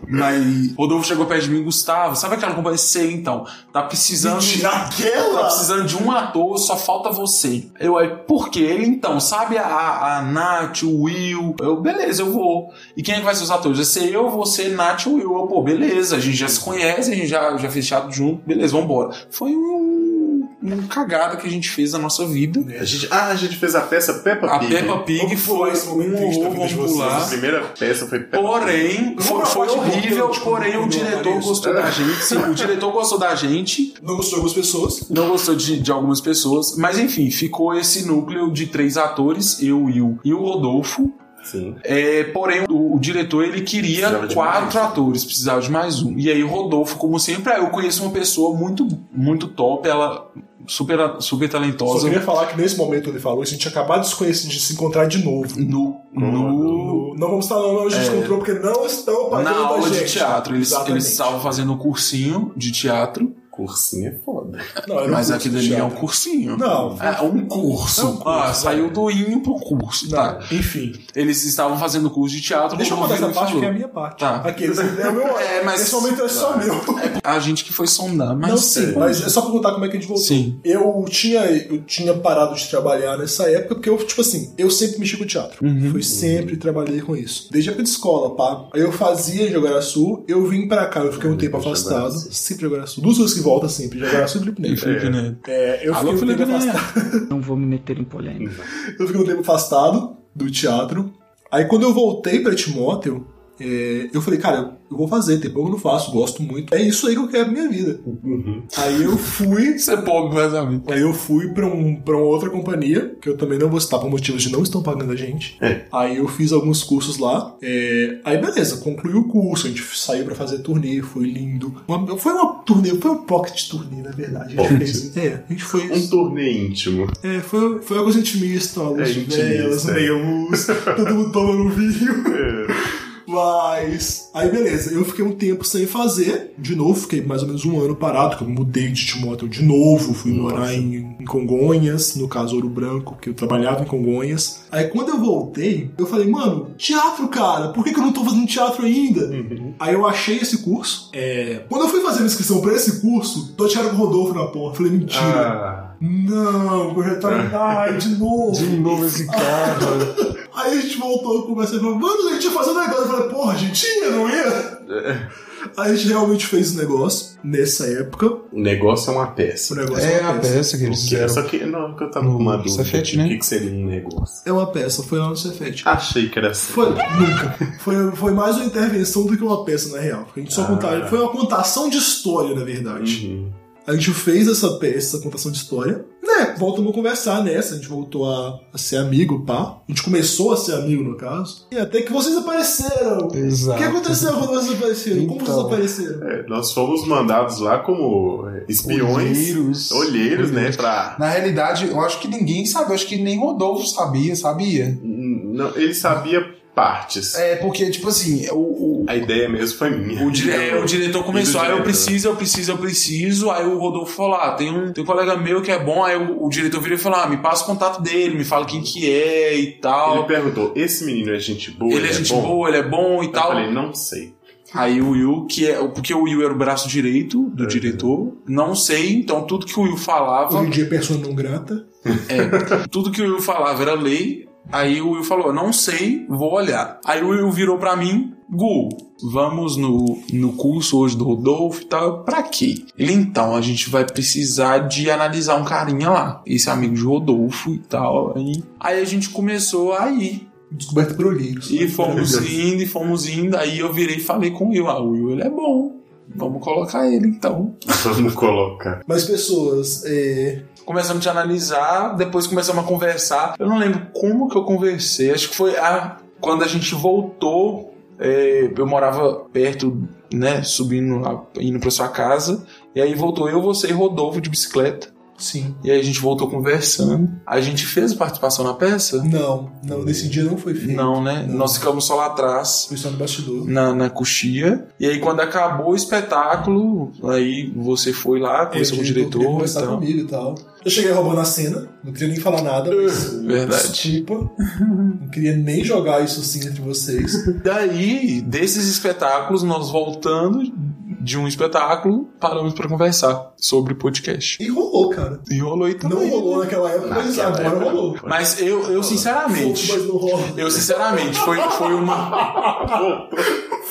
F: mas Rodolfo chegou perto de mim, Gustavo, sabe aquela companhia? Sei então, tá precisando. de- Tá
E: Naquela.
F: precisando de um ator, só falta você. Eu, aí, por quê? Ele, então, sabe a, a Nath, o Will? Eu, beleza, eu vou. E quem é que vai ser os atores? Vai ser eu, você, Nath e o Will. Eu, pô, beleza, a gente já se conhece, a gente já, já fez teatro junto, beleza, vambora. Foi um, um cagada que a gente fez na nossa vida.
G: A gente, ah, a gente fez a peça Peppa
F: A
G: Pig.
F: Peppa Pig
E: É, Vamos
F: foi
E: pular esse
F: um
E: momento triste da
F: horror,
E: vida de
F: vamos
E: vocês.
F: pular.
G: A primeira peça foi Peppa
F: Porém, foi,
E: Uma
F: foi
E: parte
F: horrível,
E: importante,
F: porém o
E: é tipo, não, é isso.
F: diretor
E: É.
F: gostou da gente. Sim, o diretor gostou da gente.
E: Não gostou de algumas pessoas.
F: não gostou de, de algumas pessoas, mas enfim, ficou esse núcleo de três atores, eu, Will e o Rodolfo.
G: Pig. Sim.
F: É, porém, o, o diretor ele queria
G: Precisava de mais. um.
F: quatro atores, precisava de mais um. E aí, o Rodolfo, como sempre, ah, eu conheço uma pessoa muito, muito top, ela super, super
E: Só
F: talentosa.
E: queria falar que nesse momento ele falou, isso, a gente tinha acabado de se conhecer, de se encontrar de novo.
F: No, no,
G: é?
E: No- Não vamos falar não, não, a gente se encontrou porque não estão
F: É. na
E: pagando a
F: aula
E: gente.
F: de teatro, eles,
E: Exatamente.
F: eles estavam fazendo um cursinho de teatro,
G: Cursinho é foda.
E: Não, era um
F: mas
E: curso
F: aquilo
E: de
F: ali é um
E: teatro.
F: cursinho.
E: Não.
F: É um curso.
E: É um curso,
F: ah,
E: é.
F: saiu do INho pro curso. Tá.
E: Não, enfim.
F: Eles estavam fazendo curso de teatro.
E: Deixa eu
F: Rodolfo
E: contar essa
F: me
E: parte
F: falou.
E: que é a minha parte.
F: Tá.
E: Aqui, esse, é o meu,
F: É, mas-
E: esse momento é só meu.
F: A gente que foi sondar, mas.
E: não, sim, mas é só pra contar como é que a gente voltou.
F: Sim.
E: Eu tinha, eu tinha parado de trabalhar nessa época, porque eu, tipo assim, eu sempre mexi com teatro.
F: Uhum.
E: Fui sempre trabalhei com isso. Desde a época de escola, pá. Aí eu fazia em Jogaraçu, eu vim pra cá, eu fiquei um tempo afastado. Sempre Jogaraçu. Duas coisas que voltam sempre, Jogaraçu e Felipe
F: E
E: Neto.
F: Felipe Neto.
E: É, eu
F: Alô,
E: fiquei um
F: Felipe
E: tempo
F: Neto.
E: afastado.
K: Não vou me meter em polêmica.
E: Eu fiquei um tempo afastado do teatro. Aí quando eu voltei pra Timóteo, é, eu falei, cara, eu vou fazer, tem pouco que eu não faço, gosto muito. É isso aí que eu quero pra minha vida. Aí eu fui.
F: Uhum. Você é pobre, mas amigo.
E: Aí eu fui pra, um, pra uma outra companhia, que eu também não vou citar por motivos de não estão pagando a gente.
F: É.
E: Aí eu fiz alguns cursos lá. é, aí beleza, concluí o curso, a gente saiu pra fazer turnê, foi lindo. Uma- foi uma turnê, foi um pocket turnê, na verdade. A gente fez. É, a gente foi.
G: Um torneio íntimo.
E: É, foi, foi uma coisa intimista, uma luz
G: É,
E: de
G: intimista,
E: velas,
G: é.
E: meia luz, todo mundo tomando um vinho. Mas. Aí beleza, eu fiquei um tempo sem fazer, de novo, fiquei mais ou menos um ano parado, que eu mudei de Timóteo de novo, fui morar em, em Congonhas, no caso Ouro Branco, porque eu trabalhava em Congonhas. Aí quando eu voltei, eu falei, mano, teatro, cara, por que, que eu não tô fazendo teatro ainda?
G: Uhum.
E: Aí eu achei esse curso. é, Quando eu fui fazer a inscrição pra esse curso, tô tirando o Rodolfo na porta. Falei, mentira.
G: Ah,
E: Não, projetório. Ai, de novo.
F: É. novo esse cara.
E: Aí a gente voltou, conversou e falou, mano, a gente ia fazer um negócio. Eu falei, porra, a gente ia, não ia?
F: É.
E: Aí a gente realmente fez o negócio nessa época.
G: o negócio é uma
E: O
G: peça.
E: negócio
F: É
E: é uma
F: a
E: peça.
F: peça que eles
G: Porque-
F: fizeram.
G: Só que não, que eu tava com uma
F: No
G: dúvida.
F: Cefete,
G: de
F: né?
G: O que, que seria um negócio?
E: É uma peça, foi lá no Cefete.
G: Achei que era assim.
E: Foi, nunca. Foi, foi mais uma intervenção do que uma peça, na real. Porque a gente
F: Ah.
E: só contava. Foi uma contação de história, na verdade.
G: Uhum.
E: A gente fez essa peça, essa contação de história. Né, É, voltamos a conversar nessa, a gente voltou a, a ser amigo, pá. A gente começou a ser amigo, no caso. E até que vocês apareceram. O
J: Exato.
E: que aconteceu quando vocês apareceram? Como
J: Então.
E: vocês apareceram?
G: É, nós fomos mandados lá como é, espiões,
J: Olheiros.
G: olheiros, né? Pra.
J: Na realidade, eu acho que ninguém sabe, eu acho que nem Rodolfo sabia, sabia?
G: Não, ele sabia partes.
J: É, porque, tipo assim, o. o-
G: A ideia mesmo foi minha.
F: O, dire- é, o diretor começou,
G: E do
F: aí
G: diretor.
F: eu preciso, eu preciso, eu preciso. Aí o Rodolfo falou: ah, tem um, tem um colega meu que é bom. Aí o, o diretor virou e falou: ah, me passa o contato dele, me fala quem que é e
G: Ele
F: tal.
G: perguntou: esse menino é gente boa?
F: Ele, é gente
G: bom?
F: boa, ele é bom e
G: Eu
F: tal.
G: falei: não sei.
F: Aí o Will, que é. Porque o Will era o braço direito do diretor, não sei, então tudo que o Will falava.
E: Hoje em dia, pessoa não grata.
F: Tudo que o Will falava era lei. Aí o Will falou: não sei, vou olhar. Aí o Will virou pra mim: Gu, vamos no, no curso hoje do Rodolfo e tal. Pra quê? Ele, então, a gente vai precisar de analisar um carinha lá. Esse amigo de Rodolfo e tal. Aí, aí a gente começou a ir.
E: Descoberta por olheiros.
F: E fomos
E: Maravilhoso.
F: indo, e fomos indo. Aí eu virei e falei com o Will: ah, o Will, ele é bom. Vamos colocar ele então.
G: Vamos colocar.
E: Mas, pessoas, é,
F: Começamos a te analisar, depois começamos a conversar. Eu não lembro como que eu conversei. Acho que foi a- quando a gente voltou. é, eu morava perto, né? Subindo, lá, indo pra sua casa. E aí voltou eu, você e Rodolfo de bicicleta.
E: Sim.
F: E aí a gente voltou conversando. A gente fez participação na peça?
E: Não, não, nesse dia não foi feito.
F: Não, né?
E: Não.
F: Nós ficamos só lá atrás
E: Foi só no bastidor.
F: na, na coxia. E aí, quando acabou o espetáculo, aí você foi lá, conversou com é o
E: queria
F: diretor então. e
E: conversar
F: tal.
E: comigo e tal. Eu cheguei roubando a cena, não queria nem falar nada, mas.
F: Verdade.
E: Desculpa. Não queria nem jogar isso assim entre vocês.
F: Daí, desses espetáculos, nós voltando de um espetáculo, paramos pra conversar sobre podcast.
E: E rolou, cara.
F: E rolou aí
E: Não
F: também.
E: rolou né? naquela época, mas
G: Naquela
E: agora
G: época,
E: rolou.
G: não.
F: Mas eu, eu sinceramente.
E: Fofo, mas não rola.
F: Eu sinceramente, foi, foi uma.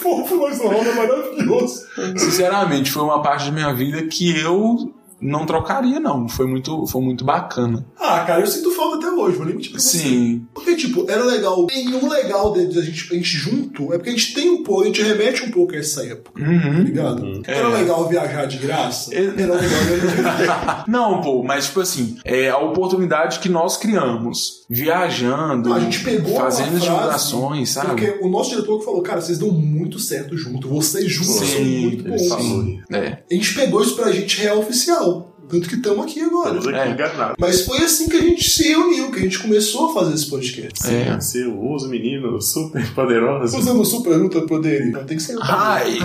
E: Fofo, mas não rola, é maravilhoso.
F: Sinceramente, foi uma parte da minha vida que eu não trocaria, não. Foi muito, foi muito bacana.
E: Ah, cara, eu sinto falta até hoje, vou nem mentir pra você.
F: Sim.
E: Porque, tipo, era legal. E o legal de, de a, gente, a gente junto é porque a gente tem um pouco, a gente remete um pouco a essa época, tá
F: Uhum.
E: ligado? Era
F: É.
E: legal viajar de graça.
F: É.
E: Era legal viajar de graça.
F: Não, pô, mas tipo assim, é a oportunidade que nós criamos. Viajando,
E: Então, A gente pegou uma
F: fazendo
E: frase,
F: divulgações, sabe?
E: Porque o nosso diretor que falou, cara, vocês dão muito certo junto, vocês juntos são
F: Sim,
E: muito
G: Ele
E: bons.
G: falou.
F: É.
E: A gente pegou isso pra gente real oficial. Tanto que estamos aqui agora.
G: Estamos aqui
F: É.
G: enganados.
E: Mas foi assim que a gente se reuniu, que a gente começou a fazer esse podcast.
F: É.
G: Você, os meninos super poderosos.
E: Usando super luta poder, então tem que ser.
F: Hi,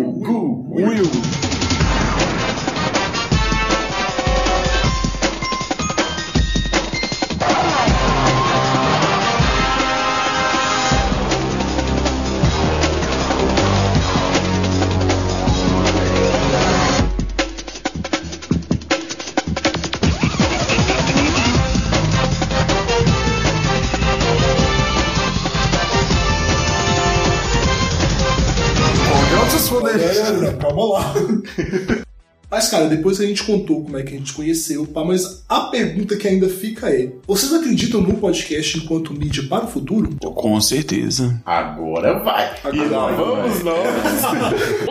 F: Gu, Gu, Will.
E: Galera, é, calma lá. Mas, cara, depois que a gente contou como é que a gente conheceu, pá, mas a pergunta que ainda fica é: vocês acreditam no podcast enquanto mídia para o futuro?
F: Com certeza.
G: Agora vai.
E: Agora
G: e lá
E: vai.
G: vamos nós.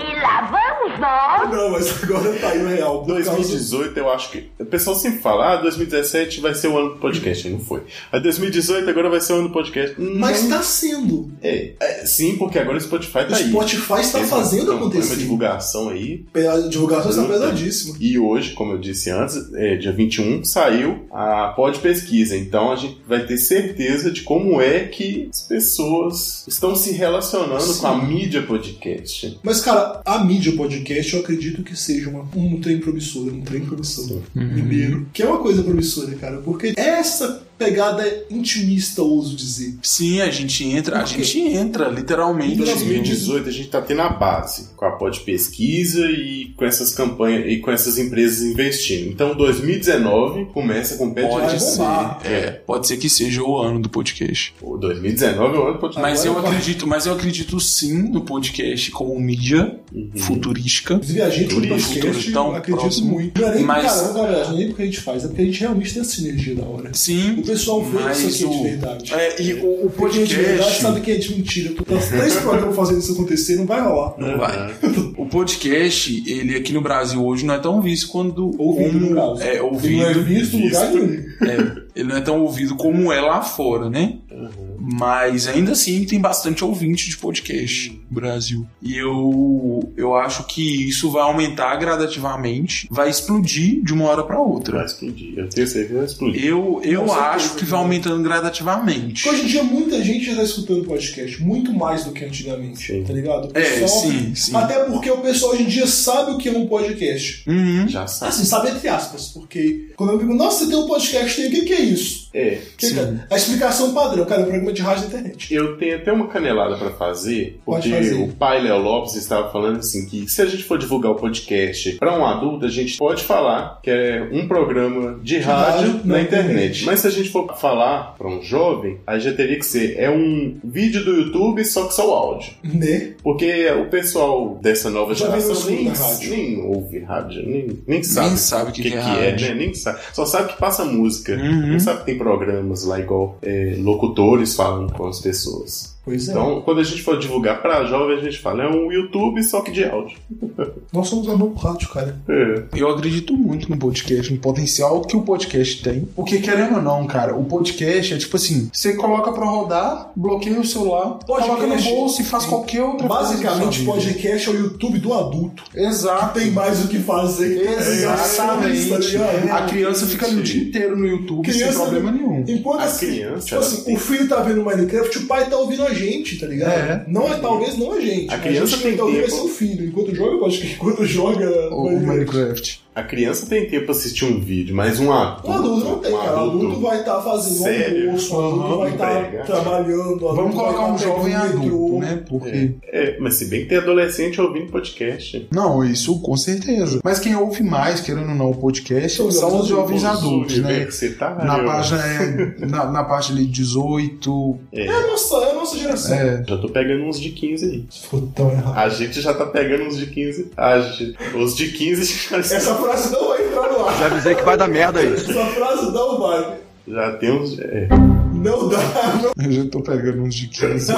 E: Não, mas agora tá aí o real. Por causa-
G: 2018, eu acho que. O pessoal sempre fala: ah, 2017 vai ser o ano do podcast. Aí Não foi. A 2018 agora vai ser o ano do podcast. Não.
E: Mas tá sendo.
G: É, é, sim, porque agora o Spotify tá
E: O
G: aí. é
E: Spotify está
G: Eles
E: fazendo
G: estão com Uma
E: acontecer.
G: divulgação aí.
E: A divulgação está
G: Luta.
E: pesadíssima.
G: E hoje, como eu disse antes, é, dia 21, saiu a pod pesquisa. Então a gente vai ter certeza de como é que as pessoas estão se relacionando com a mídia podcast.
E: Mas, cara, a mídia podcast eu acredito que seja uma, um trem promissor, um trem
F: Uhum.
E: promissor. Mineiro. Que é uma coisa promissora, cara, porque essa pegada é intimista, ouso dizer.
F: Sim, a gente entra, a
E: Por quê?
F: gente entra,
G: Em
F: literalmente.
G: 2018 a gente tá tendo a base com a pod pesquisa e com essas campanhas e com essas empresas investindo. Então 2019 começa com o pé
F: Pode
G: direito.
E: Vai
F: ser.
E: bombar.
F: É, pode ser que seja o ano do podcast.
G: O 2019 é o ano do podcast.
F: Mas eu
E: vai.
F: acredito, mas eu acredito sim no podcast como mídia
E: Uhum.
F: futurística.
E: Inclusive, a gente no
G: Turismo,
E: podcast,
F: turismo,
E: eu
F: então,
E: acredito
F: próximo.
E: muito. Não é nem,
F: Mas-
E: cara, não, cara, não é nem porque a gente faz, é porque a gente realmente tem essa sinergia da hora.
F: Sim,
E: O pessoal vê
F: Mas
E: isso aqui é de
F: o-
E: verdade.
F: É, e o, o
E: Porque a gente de verdade
F: podcast.
E: sabe que é de mentira. Eu tô há três programas fazendo isso acontecer, não vai rolar.
F: Não vai. O podcast, ele aqui no Brasil hoje não é tão visto quando.
E: Ouvido,
F: como
E: no caso.
F: É,
E: Ele não é
F: ouvido.
E: visto em lugar nenhum.
F: É, ele não é tão ouvido como é lá fora, né? Mas ainda assim tem bastante ouvinte de podcast no Brasil. E eu, eu acho que isso vai aumentar gradativamente, vai explodir de uma hora pra
G: Vai
F: outra.
G: explodir. Eu tenho certeza que vai explodir.
F: Eu, eu
E: Com certeza,
F: acho que vai aumentando gradativamente.
E: Porque hoje em dia muita gente já tá escutando podcast, muito mais do que antigamente,
G: Sim.
E: tá ligado? O
F: É,
E: pessoal-
F: sim, sim.
E: Até porque o pessoal hoje em dia sabe o que é um podcast.
F: Uhum.
G: Já sabe.
E: Assim, sabe entre aspas, porque quando eu digo, nossa, você tem um podcast, tem o que, que é isso?
G: É.
E: Que- A explicação padrão, cara, é um programa de rádio da internet.
G: Eu tenho até uma canelada pra fazer,
E: Pode
G: porque
E: fazer.
G: o pai Léo Lopes estava falando assim que se a gente for divulgar o podcast pra um adulto, a gente pode falar que é um programa de rádio
E: rádio
G: na
E: na
G: internet.
E: internet.
G: Mas se a gente for falar pra um jovem, aí já teria que ser é um vídeo do YouTube só que só o áudio.
E: Né?
G: Porque o pessoal dessa nova
E: Já viu
G: geração
E: isso
G: nem,
E: na rádio.
G: nem ouve rádio, nem, nem sabe.
F: Nem sabe o que, que é rádio.
G: né? Nem sabe. Só sabe que passa música.
F: Uhum.
G: Não sabe que tem programas lá igual é, locutores falando com as pessoas.
E: Pois é.
G: Então, quando a gente for divulgar pra jovem, a gente fala, é um YouTube só que de áudio.
E: Nós somos a mão pro rádio, cara.
G: É.
F: Eu acredito muito no podcast, no potencial que o podcast tem. Porque, querendo ou não, cara, o podcast é tipo assim: você coloca pra rodar, bloqueia o celular,
E: Podcast.
F: coloca no bolso e faz qualquer outra coisa.
E: Basicamente,
F: da sua vida.
E: podcast é o YouTube do adulto.
F: Exato.
E: Tem mais o que fazer.
F: Exatamente. É,
E: Tá ligado?
F: a criança fica o dia inteiro no YouTube sem
E: Criança-
F: problema nenhum.
E: Enquanto
G: A
E: assim,
G: criança,
E: tipo
G: ela
E: assim,
G: tem-
E: o filho tá vendo Minecraft, o pai tá ouvindo a gente, tá ligado?
F: É.
E: Não é talvez não a gente.
G: A criança
E: gente
G: tem
E: quem tá ouvindo é
G: tempo.
E: seu filho. Enquanto joga, eu acho que enquanto joga
F: O o Minecraft.
G: A criança tem tempo pra assistir um vídeo, mas um adulto.
E: O adulto não tem,
G: um
E: cara. O adulto vai estar fazendo
G: sério.
E: um almoço, o adulto
F: Aham,
E: vai estar
G: entrega.
E: trabalhando, o adulto
F: Vamos colocar
E: vai
F: um
E: tá pegando
F: jovem
E: o metrô.
F: adulto, né? Porque.
G: É, mas se bem que tem adolescente ouvindo podcast.
F: Não, isso com certeza. Mas quem ouve mais, querendo ou não, o podcast
E: São os
F: são os
E: jovens
F: jovens
G: Os
F: adultos, né?
G: universitários.
F: Na página, é, na, na parte ali de 18.
E: É a nossa, é a nossa geração.
F: É.
G: Já tô pegando uns de 15 aí.
E: Ficou tão errado.
G: A gente já tá pegando uns de 15. A gente- os de 15 já,
E: Essa frase não vai entrar no ar.
L: Já avisei que vai dar merda aí.
E: Essa frase não vai.
G: já tem uns. É,
E: Não dá.
F: Eu já tô tá pegando uns de 15.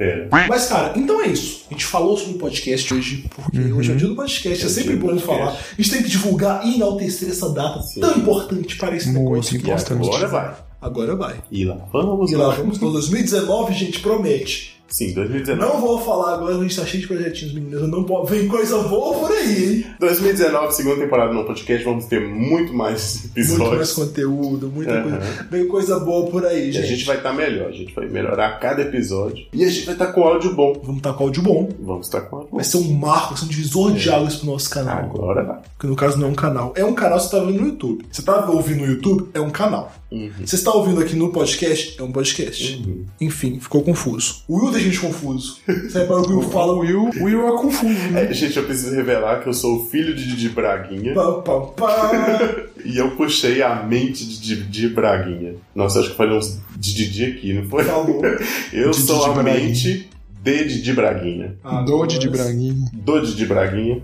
G: é.
E: Mas, cara, então é isso. A gente falou sobre o podcast hoje, porque hoje é o dia do podcast, é,
G: Uhum. o
E: sempre
G: dia do
E: bom de falar.
G: podcast.
E: A gente tem que divulgar e enaltecer essa data
G: Sim.
E: tão importante para esse
F: Muito
E: negócio.
G: E
F: importante.
G: agora vai.
E: Agora vai.
G: E lá vamos né?
E: E lá vamos para 2019, gente, promete.
G: Sim, 2019.
E: Não vou falar agora, a gente tá cheio de projetinhos, meninas. Eu não posso. Vem coisa boa por aí, hein?
G: 2019, segunda temporada no podcast, vamos ter muito mais episódios.
E: Muito mais conteúdo, muita
G: Aham.
E: coisa. Vem coisa boa por aí,
G: E a
E: gente.
G: gente vai estar melhor, a gente vai melhorar a cada episódio. E a gente vai estar com áudio bom.
E: Vamos tacar o de bom.
G: Vamos estar com áudio bom.
E: Vai ser um marco, vai ser um divisor
G: É.
E: de águas pro nosso canal.
G: Agora vai.
E: Que no caso não é um canal. É um canal que você tá vendo no YouTube. Você tá ouvindo no YouTube, é um canal. Você está ouvindo aqui no podcast, é um podcast. Enfim, ficou confuso. O Will deixa a gente confuso. Você reparou que o Will fala Will.
F: Will, Will é confuso, né?
G: É, gente, eu preciso revelar que eu sou o filho de Didi Braguinha
E: Pá, pá, pá.
G: e eu puxei a mente de Didi Braguinha. Nossa, acho que eu falei uns Didi aqui, não foi?
E: Falou.
G: Eu
F: Didi
G: sou a
F: Braguinha.
G: mente de Didi Braguinha.
F: Dode de Braguinha.
G: Do Didi Braguinha.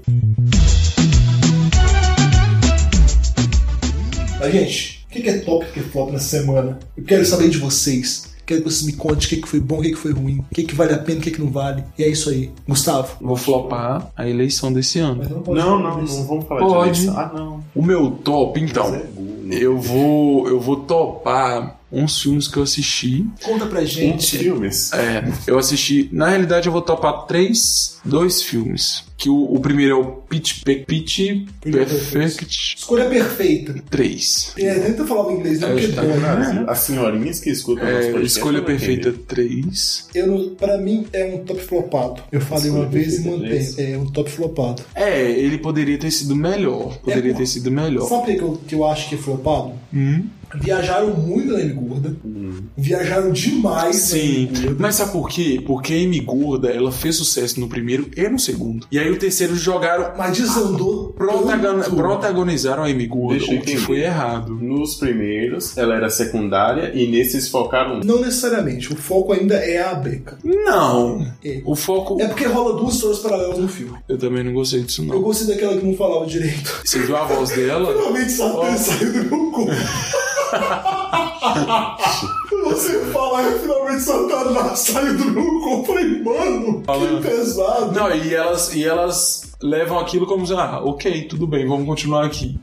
E: Mas, gente, o que que é top e o que é flop nessa semana? Eu quero saber de vocês. Quero que vocês me contem o que que foi bom, o que que foi ruim, o que que vale a pena, o que que não vale. E é isso aí. Gustavo.
F: Vou flopar a eleição desse ano.
E: não,
G: Não, não, não vamos falar
F: Pode.
G: de eleição. Ah, não.
F: O meu top, então. Eu vou, eu vou topar uns filmes que eu assisti.
E: Conta pra
G: Uns
E: gente.
G: filmes.
F: É, eu assisti. Na realidade, eu vou topar três, dois filmes. Que o, o primeiro é o Pitch, Pe- Pitch
E: Primeiro
F: Perfect
E: Escolha perfeita.
F: 3.
E: É, tenta falar o inglês, não, porque é
F: tá.
E: bom, né?
G: As senhorinhas que escutam nosso
F: É,
G: podcast.
F: Escolha
G: não vão entender.
F: Perfeita 3.
E: Eu, não- pra mim é um top flopado. Eu falei uma vez e mantenho. É um top flopado.
F: É, ele poderia ter sido melhor. Poderia
E: É,
F: ter sido melhor.
E: Sabe por que eu, que eu acho que é flopado?
F: Hum.
E: Viajaram muito na M Gorda. Viajaram demais
F: Sim,
E: na M Gorda.
F: mas sabe por quê? Porque a Amy Gorda, ela fez sucesso no primeiro e no segundo. E aí o terceiro jogaram...
E: Mas desandou.
F: protagon-
E: tanto.
F: protagonizaram a Amy Gorda,
G: Deixa eu
F: o que
G: entender.
F: foi errado.
G: Nos primeiros, ela era secundária e nesses focaram.
E: Não necessariamente. O foco ainda é a Beca.
F: Não!
E: É.
F: O foco...
E: É porque rola duas histórias paralelas no filme.
F: Eu também não gostei disso,
E: Eu
F: não.
E: gostei daquela que não falava direito.
F: Você viu a voz dela?
E: Finalmente Satã
F: Ó.
E: saiu do meu corpo.
J: Você fala, eu finalmente sentado na saia do meu corpo, eu falei, mano, que
F: Falando.
J: pesado.
F: Não, e elas, e elas levam aquilo como se, ah, ok, tudo bem, vamos continuar aqui.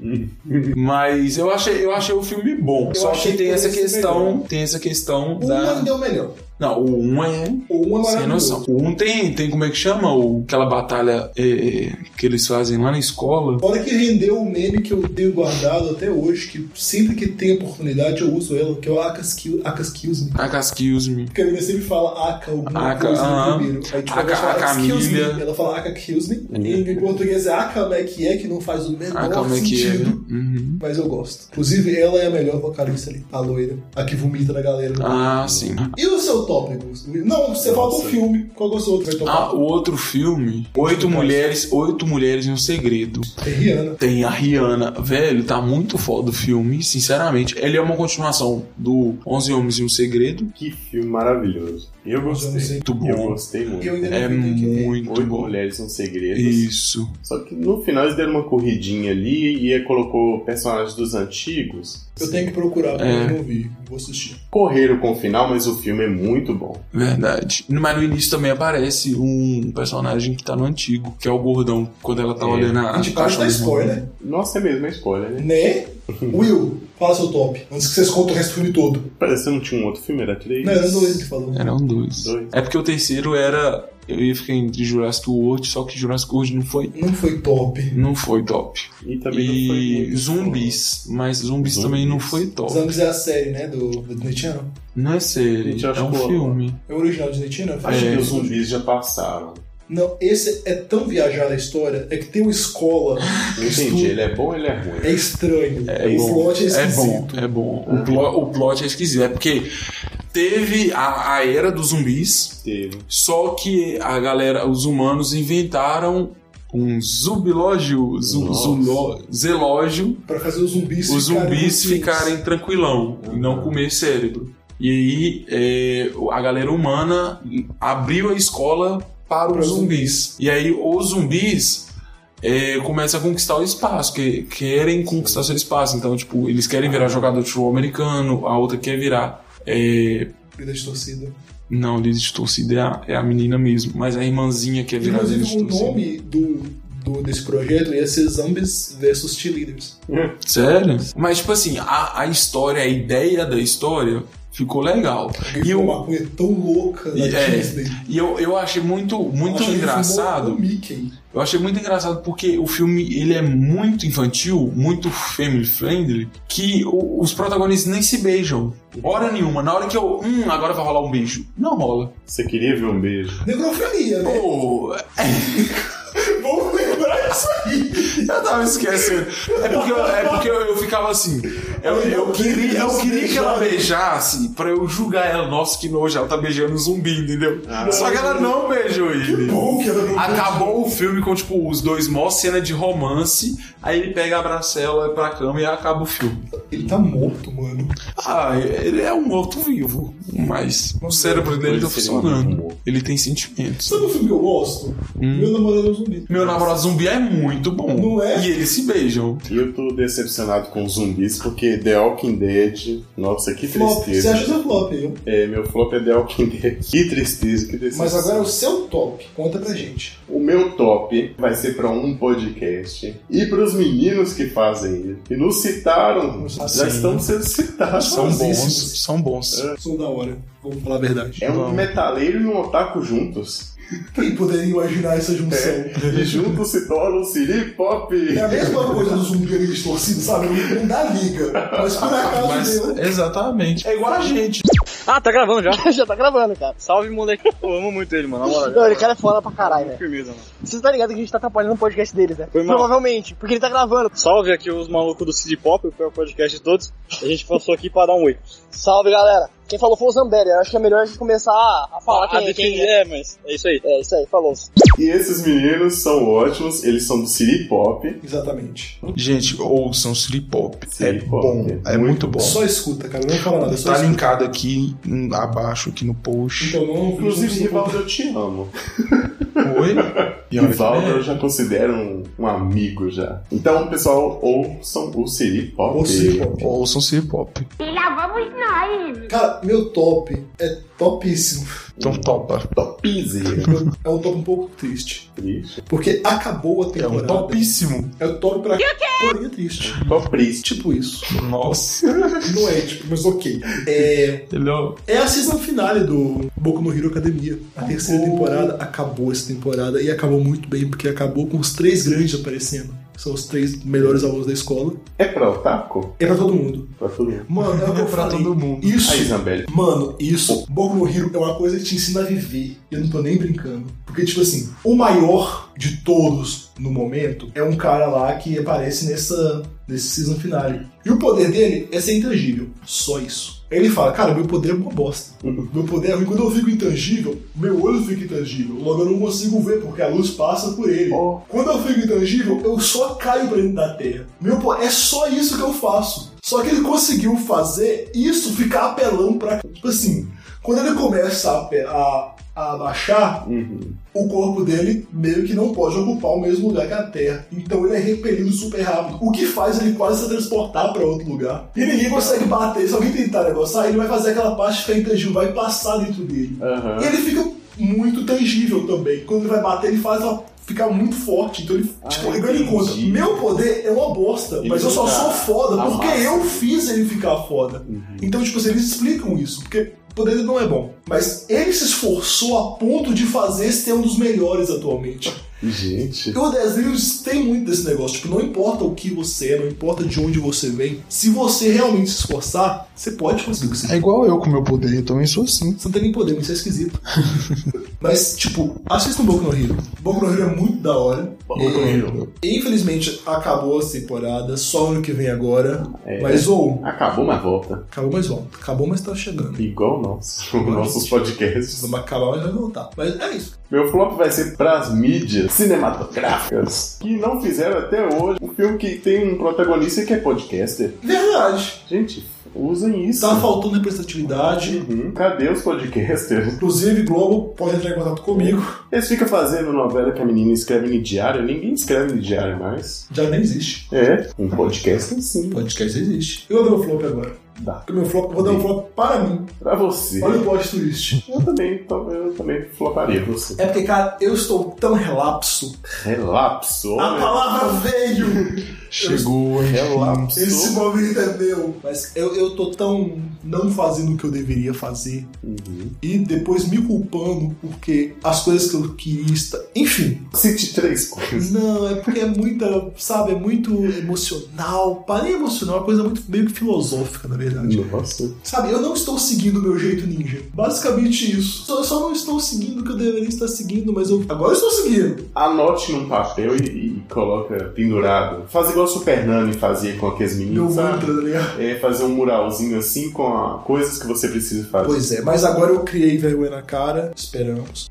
F: Mas eu achei, eu achei o filme bom. Só
E: achei
F: que tem
E: que
F: essa
E: poderia ser
F: questão,
E: melhor.
F: tem essa questão
E: Um
F: da.
E: ainda é o melhor.
F: Não, o 1 é
E: O um é
F: sem noção.
E: maravilhoso.
F: O 1 tem, tem como é que chama? O, aquela batalha eh, que eles fazem lá na escola.
E: Fora que rendeu o meme que eu tenho guardado até hoje, que sempre que tem oportunidade eu uso ela, que é o Akas Kill- Akas Kills Me.
F: Aka Excuse Me.
E: Porque a menina sempre fala Aka alguma
F: Aka,
E: coisa
F: aham.
E: no primeiro. Aí tipo,
F: Aka,
E: ela fala
F: Aka
E: Excuse
F: Milha.
E: me. Ela fala Aka Kills Me. E em português é Aka como é que é, que não faz o menor
F: Ah, como é que é?
E: sentido.
F: Uhum.
E: Mas eu gosto. Inclusive, ela é a melhor vocalista ali. A loira. A que vomita na galera.
F: Ah, sim.
E: E o seu tópico? Não, você falta um filme. Qual que é o seu outro que vai tocar?
F: Ah, o outro filme. Oito mulheres, oito mulheres em um segredo.
E: É Rihanna.
F: Tem a Rihanna, velho, tá muito foda o filme, sinceramente. Ele é uma continuação do 11 Homens e um Segredo.
G: Que filme maravilhoso. Eu gostei.
F: Muito
G: Eu
F: bom.
G: gostei
E: E eu
G: muito.
E: ainda não
F: É
E: entendi o que
F: muito
G: Oito
F: bom.
G: mulheres são segredos.
F: Isso.
G: Só que no final eles deram uma corridinha ali e aí colocou personagens dos antigos.
E: Eu tenho que procurar, porque
F: É.
E: eu não vi. Vou assistir.
G: Correram com o final, mas o filme é muito bom.
F: Verdade. Mas no início também aparece um personagem que tá no antigo, que é o gordão, quando
G: É.
F: ela tá olhando a.
E: A gente quase né? dá
F: cachorro.
E: spoiler.
G: Nossa, é mesmo, é spoiler, né?
E: Né? Will, fala seu top. Antes que vocês contem o resto do filme todo.
G: Parece que não tinha um outro filme, era três.
E: Não, era dois que falou.
F: Eram dois.
G: Dois.
F: É porque o terceiro era. Eu ia ficar entre Jurassic World, só que Jurassic World não foi.
E: Não foi top.
F: Não foi top.
G: E também não foi
F: E
G: muito
F: zumbis, mas zumbis, também não foi top.
E: Zambis é a série, né? Do do Disney Channel.
F: Não é série,
G: Gente, eu acho
F: é um
G: que eu-
F: filme.
E: É o original do Disney Channel?
G: bom. Acho
F: É.
G: que os zumbis já passaram.
E: Não, esse é tão viajado a história. É que tem uma escola.
G: Não entendi, ele é bom ou ele é ruim?
E: É estranho. É, o plot é
F: É bom,
E: esquisito.
F: é bom. O, plo- o plot é esquisito. É porque teve a, a era dos zumbis,
G: Teve.
F: só que a galera, os humanos inventaram um zumbilógio, zu,
G: Nossa.
F: zuló, zelógio,
E: Pra fazer os zumbis
F: os
E: ficarem
F: zumbis
E: conscientes.
F: ficarem tranquilão e não comer cérebro. E aí é, a galera humana abriu a escola para os zumbis. E aí os zumbis é, começam a conquistar o espaço, que querem conquistar seu espaço. Então, tipo, eles querem virar jogador de futebol americano, a outra quer virar. é,
E: Vida distorcida.
F: não, líder de torcida é a, é a menina mesmo, mas a irmãzinha quer virar líder de
E: Inclusive, o
F: torcida.
E: nome do, do- desse projeto ia ser Zombies versus Cheerleaders.
F: Sério? Mas, tipo assim, a, a história, a ideia da história ficou legal.
E: E
F: E o,
E: uma coisa tão louca da
F: E, é,
E: Disney.
F: E eu, eu achei muito, muito
E: Acho que ele filmou
F: engraçado.
E: o Mickey.
F: Eu achei muito engraçado porque o filme ele é muito infantil, muito family friendly, que o- os protagonistas nem se beijam. Hora nenhuma. Na hora que eu. Hum, agora vai rolar um beijo. Não rola.
G: Você queria ver um beijo?
E: Necrofilia,
F: É.
E: né?
F: Pô,
E: Vamos lembrar disso aí.
F: eu tava esquecendo. É porque eu, é porque eu, eu ficava assim. Eu, eu queria, eu queria que ela beijasse pra eu julgar ela. Nossa, que nojo, ela tá beijando um zumbi, entendeu? Só que ela não beijou ele.
E: Bom que tá. era do-
F: Acabou o filme com, tipo, os dois mó cena de romance, aí ele pega a bracela, vai pra cama e acaba o filme.
E: Ele tá morto, mano.
F: Ah, ele é um morto vivo, mas o cérebro dele tá funcionando. Ele tem sentimentos.
E: Sabe o filme que eu gosto? Meu namorado é um zumbi.
F: Hum. Meu namorado zumbi é muito bom.
E: Não é?
F: E eles se beijam.
G: E eu tô decepcionado com os zumbis, porque The Walking Dead... Nossa, que
F: um
E: Flop. Você
G: tristeza.
E: acha que é flop aí? ó.
G: É, meu flop é The Walking Dead. Que tristeza, que decepção.
E: Mas agora é o seu top. Conta pra gente.
G: O meu top vai ser pra um podcast e pros meninos que fazem ele. E nos citaram,
E: Ah,
G: já estão sendo citados.
F: São
E: Famosíssimos.
F: bons, são bons.
E: São da hora. Vamos falar a verdade.
G: É um metaleiro e um otaku juntos.
E: Quem poderia imaginar essa junção?
G: E juntos se tornam Siri Pop.
E: É a mesma coisa do zumbi ali distorcido, sabe? Não dá liga. Mas por acaso
F: Mas,
E: deu.
F: exatamente. É igual a gente.
L: Ah, tá gravando já.
M: Já tá gravando, cara.
L: Salve, moleque. Eu amo muito ele, mano. Na moral,
M: Não, ele cara é foda pra caralho, velho.
L: firmeza, mano.
M: Você tá ligado que a gente tá atrapalhando o podcast deles, né?
L: Foi mal.
M: Provavelmente, porque ele tá gravando.
L: Salve aqui os malucos do Cid Pop, o pior podcast de todos. A gente passou aqui pra dar um oi.
M: Salve, galera. Quem falou foi o Zambelli. Eu acho que é melhor a gente começar a, a falar
L: Ah,
M: quem,
L: defini-
M: quem é.
L: é, mas é isso aí.
M: É isso aí, falou.
G: E esses meninos são ótimos, eles são do Siri Pop.
E: Exatamente.
F: Gente, ouçam Sleep Pop.
G: Sleep Pop.
F: é muito bom.
E: Só escuta, cara. Não fala nada. Só
F: Tá
E: escuta.
F: linkado aqui hum, abaixo, aqui no post.
E: Então não.
G: Inclusive,
E: não-
G: Rivaldo, eu te amo.
F: Oi?
G: E o Valdo eu já considero um, um amigo já. Então, pessoal, ouçam o Siri Pop.
E: Ou Siripop.
F: Ouçam Siri Pop.
N: E lá vamos nós.
E: Cara, meu top é topíssimo.
F: Então topa.
G: Topzera.
E: É um top um pouco triste.
G: Triste.
E: Porque acabou a
F: É
E: temporada.
F: um topíssimo.
E: É o top pra porém triste.
G: Topris.
E: Tipo isso.
F: Nossa.
E: Não é, tipo, mas ok. É,
F: Ele é o-
E: é a season finale do Boku no Hero Academia. A terceira temporada acabou essa temporada e acabou muito bem, porque acabou com os três grandes aparecendo. São os três melhores alunos da escola.
G: É pra Otaku?
E: É pra todo mundo.
G: Pra todo mundo.
E: Mano, é o que eu
F: Pra
E: falei.
F: todo mundo.
E: Isso.
G: Aí, Isabelle.
E: Mano, isso. Boku no Hero é uma coisa que te ensina a viver. E eu não tô nem brincando. Porque, tipo assim, o maior de todos no momento é um cara lá que aparece nessa, nesse season finale. E o poder dele é ser intangível. Só isso. Aí ele fala, cara, meu poder é uma bosta. Meu poder é ruim. Quando eu fico intangível, meu olho fica intangível. Logo eu não consigo ver, porque a luz passa por ele. Quando eu fico intangível, eu só caio pra dentro da terra. Meu po- é só isso que eu faço. Só que ele conseguiu fazer isso ficar apelão pra. Tipo assim, quando ele começa a, ape- a, a abaixar,
G: Uhum.
E: o corpo dele meio que não pode ocupar o mesmo lugar que a Terra. Então ele é repelido super rápido, o que faz ele quase se transportar pra outro lugar. E ninguém consegue bater. Se alguém tentar negociar, ele vai fazer aquela parte que a intangível vai passar dentro dele.
G: Aham.
E: E ele fica muito tangível também. Quando ele vai bater, ele faz ela ficar muito forte. Então ele,
G: Ah,
E: tipo, ele
G: entendi.
E: conta. Meu poder é uma bosta,
G: Ele
E: mas eu só
G: fica
E: sou foda
G: a
E: porque
G: massa.
E: eu fiz ele ficar foda. Então, tipo assim, eles explicam isso, porque o poder dele não é bom. Mas ele se esforçou a ponto de fazer esse ser um dos melhores atualmente.
G: Gente.
E: E o Desilhos tem muito desse negócio. Tipo, não importa o que você é, não importa de onde você vem. Se você realmente se esforçar, você pode conseguir o que você
J: É igual eu com meu poder, eu
F: então
J: também sou assim.
E: você não tem nem poder, mas isso é esquisito. mas, tipo, assista um Boku no Hero. Boku no Hero é muito da hora. E, infelizmente, acabou essa temporada, só ano que vem agora. Mas ou.
G: Acabou, mas volta.
E: Acabou, mas volta. Acabou, mas tá chegando.
G: Igual nós. Os nossos podcasts.
E: Vamos acabar, mas vai voltar. Mas é isso.
G: Meu flop vai ser pras mídias cinematográficas que não fizeram até hoje um filme que tem um protagonista que é podcaster.
E: Verdade.
G: Gente, usem isso.
E: Tá faltando representatividade.
G: Uhum. Cadê os podcasters?
E: Inclusive, Globo pode entrar em contato comigo.
G: Eles ficam fazendo novela que a menina escreve no diário, ninguém escreve no diário mais.
E: Já nem existe.
G: É, um podcaster sim.
E: Podcast existe. Eu vou dar um flop agora.
G: Dá.
E: Porque meu flop, eu vou dar um flop para mim.
G: Pra você.
E: Olha o plot twist.
G: Eu também, to- eu também floparia você.
E: É porque, cara, eu estou tão relapso
G: Relapso.
E: A
G: olha.
E: palavra veio!
J: Chegou, hein?
G: Relapso.
E: Esse momento é meu. Mas eu, eu tô tão não fazendo o que eu deveria fazer.
G: Uhum.
E: E depois me culpando porque as coisas que eu queria. esta- Enfim.
G: Cite três coisas.
E: Não, é porque é muita. Sabe, é muito emocional. Parei emocional, é uma coisa muito meio que filosófica, na verdade.
G: Uhum. Nossa.
E: Sabe, eu não estou seguindo o meu jeito ninja. Basicamente isso. Eu só não estou seguindo o que eu deveria estar seguindo, mas eu. Agora eu estou seguindo.
G: Anote num papel e, e coloca pendurado. Faz igual o Super Nani fazia com aqueles
E: Meu
G: meninos,
E: mantra,
G: sabe?
E: tá ligado?
G: É fazer um muralzinho assim com a- coisas que você precisa fazer.
E: Pois é, mas agora eu criei vergonha na cara, esperamos.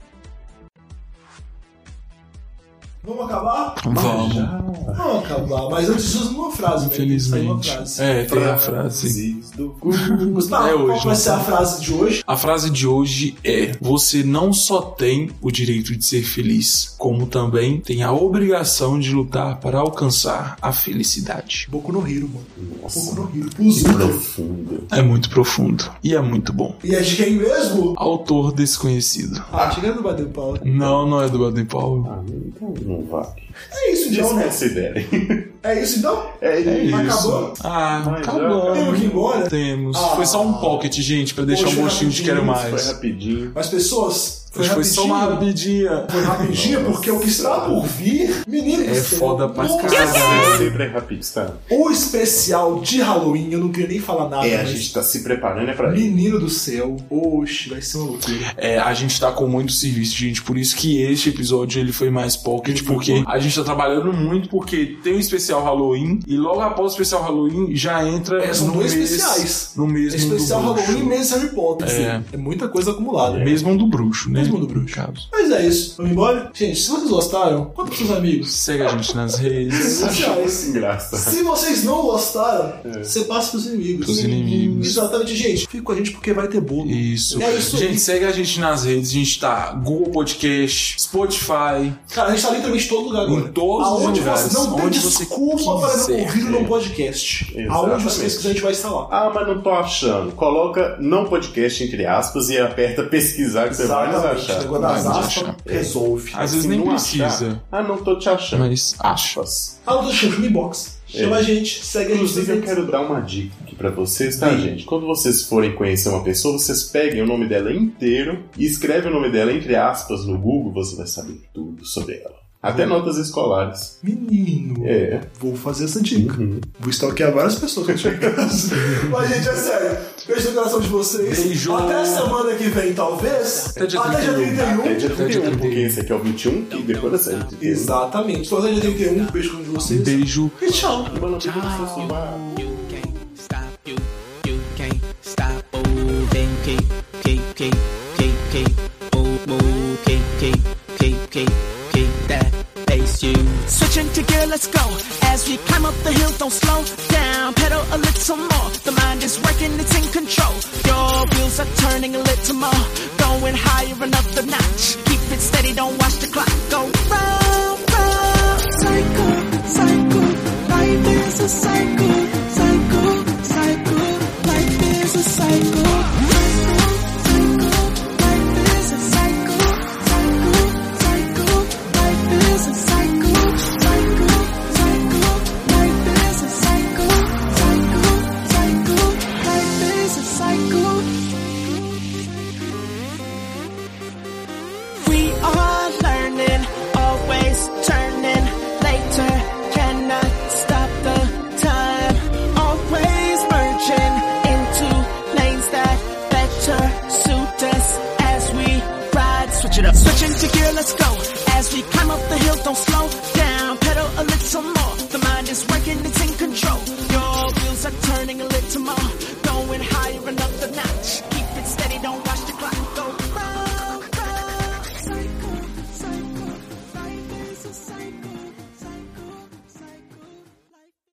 E: Vamos acabar?
F: Vamos.
E: Vamos acabar, mas antes disso, uma frase, né? Tem que sair uma
F: Infelizmente.
E: frase.
F: É, tem a frase.
G: Frases do cu.
E: Gustavo,
F: É
E: qual
F: hoje,
E: vai
F: né?
E: ser a frase de hoje?
F: A frase de hoje é: Você não só tem o direito de ser feliz, como também tem a obrigação de lutar para alcançar a felicidade.
E: Boku no Hiro, mano. Boku
G: Nossa,
E: no Hiro.
G: que
E: Plus um.
G: profundo.
F: É muito profundo e é muito bom.
E: E é de quem mesmo?
F: Autor desconhecido.
E: Ah, chega no Baden Paula.
F: Não, não é do Baden Powell.
G: Ah, então não vale.
E: É isso então, né?
G: Desconsiderem.
E: É isso então?
G: É
F: É
G: isso.
F: isso.
E: Acabou?
F: Ah,
G: Mas já
E: é.
F: acabou.
E: Temos que ir embora?
F: Temos.
E: um Ah.
F: Foi só um pocket, gente, pra deixar
E: Poxa,
F: um gostinho de quero
E: rapidinho,
G: Foi
F: mais.
G: rapidinho.
E: Mas pessoas, foi
F: Hoje
E: rapidinho.
F: foi só uma rapidinha.
E: Foi rapidinho, porque o que está por vir, menino do
F: É
E: céu.
F: foda pra
E: Nossa,
F: caralho.
G: Sempre é rápido, está?
E: O especial de Halloween, eu não queria nem falar nada,
G: É, a
E: mas
G: gente tá se preparando, é pra ir.
E: Menino do céu, oxe, vai ser uma loucura.
F: É, a gente tá com muito serviço, gente. Por isso que este episódio ele foi mais pocket, porque a gente tá trabalhando muito, porque tem um especial Halloween e logo após o especial Halloween já entra
E: É, são
F: no
E: dois
F: mês,
E: especiais.
F: No mesmo
E: Especial
F: do bruxo.
E: Halloween né? e Harry Potter.
F: É.
E: assim, É muita coisa acumulada.
F: Mesmo um do bruxo, né?
E: Mesmo mundo bruxo.
F: Caso.
E: Mas é isso. Vamos embora? Gente, se vocês gostaram, conta pros seus amigos.
F: Segue a gente nas redes.
G: é
E: sociais.
G: Engraçado.
E: Se vocês não gostaram,
F: É.
E: você passa pros inimigos.
F: Pros inimigos.
E: Exatamente, gente. Fica com a gente porque vai ter bolo.
F: Isso.
E: É isso.
F: Gente, segue a gente nas redes. A gente tá Google Podcast, Spotify,
E: Cara, a gente tá literalmente em todo lugar agora.
F: em todos
E: Aonde
F: os lugares.
E: você não tem
F: onde você
E: desculpa para não
F: quiser.
E: ouvir o não podcast. Aonde
G: Exatamente.
E: vocês quiserem, a gente vai estar lá.
G: Ah, mas não tô achando. Coloca não podcast entre aspas e aperta pesquisar que você vai nos
E: Exatamente. O
G: achar.
E: negócio das
F: Vai nos
E: aspas
F: achar.
E: resolve.
F: Às vezes
G: Se
F: nem
G: não
F: precisa.
G: achar, ah, não tô te achando.
F: Mas acha.
G: Aspas.
E: Fala do Chama Inbox. Chama
G: É.
E: a gente, segue a gente.
G: Inclusive, eu
E: segue-
G: quero dar uma dica aqui pra vocês, tá, gente? Quando vocês forem conhecer uma pessoa, vocês peguem o nome dela inteiro e escrevem o nome dela entre aspas no Google, você vai saber tudo sobre ela. Até notas escolares.
E: Menino,
G: É.
E: vou fazer essa dica.
G: Uhum.
E: Vou stalkear várias pessoas que eu tinha em casa. Mas, gente, é sério. Beijo no coração de vocês.
F: Beijo.
E: Até semana que vem, talvez.
F: Até dia 31.
G: É de
F: 31,
G: 31, porque esse aqui é o 21 e depois é 31.
E: Exatamente. Então, até dia 31. Beijo com vocês.
F: Beijo.
E: E tchau.
G: Mano, por que você só vai-
D: You can't stop, you, you can't stop. Oh, then keep, keep, keep, keep, keep. Oh, oh, keep, keep, keep, keep, keep that pace. You switching to gear, let's go. As we climb up the hill, don't slow down. Pedal a little more. The mind is working, it's in control. Your wheels are turning a little more. Going higher, another notch. Keep it steady, don't watch the clock. Go round, round, cycle, cycle. Life is a cycle.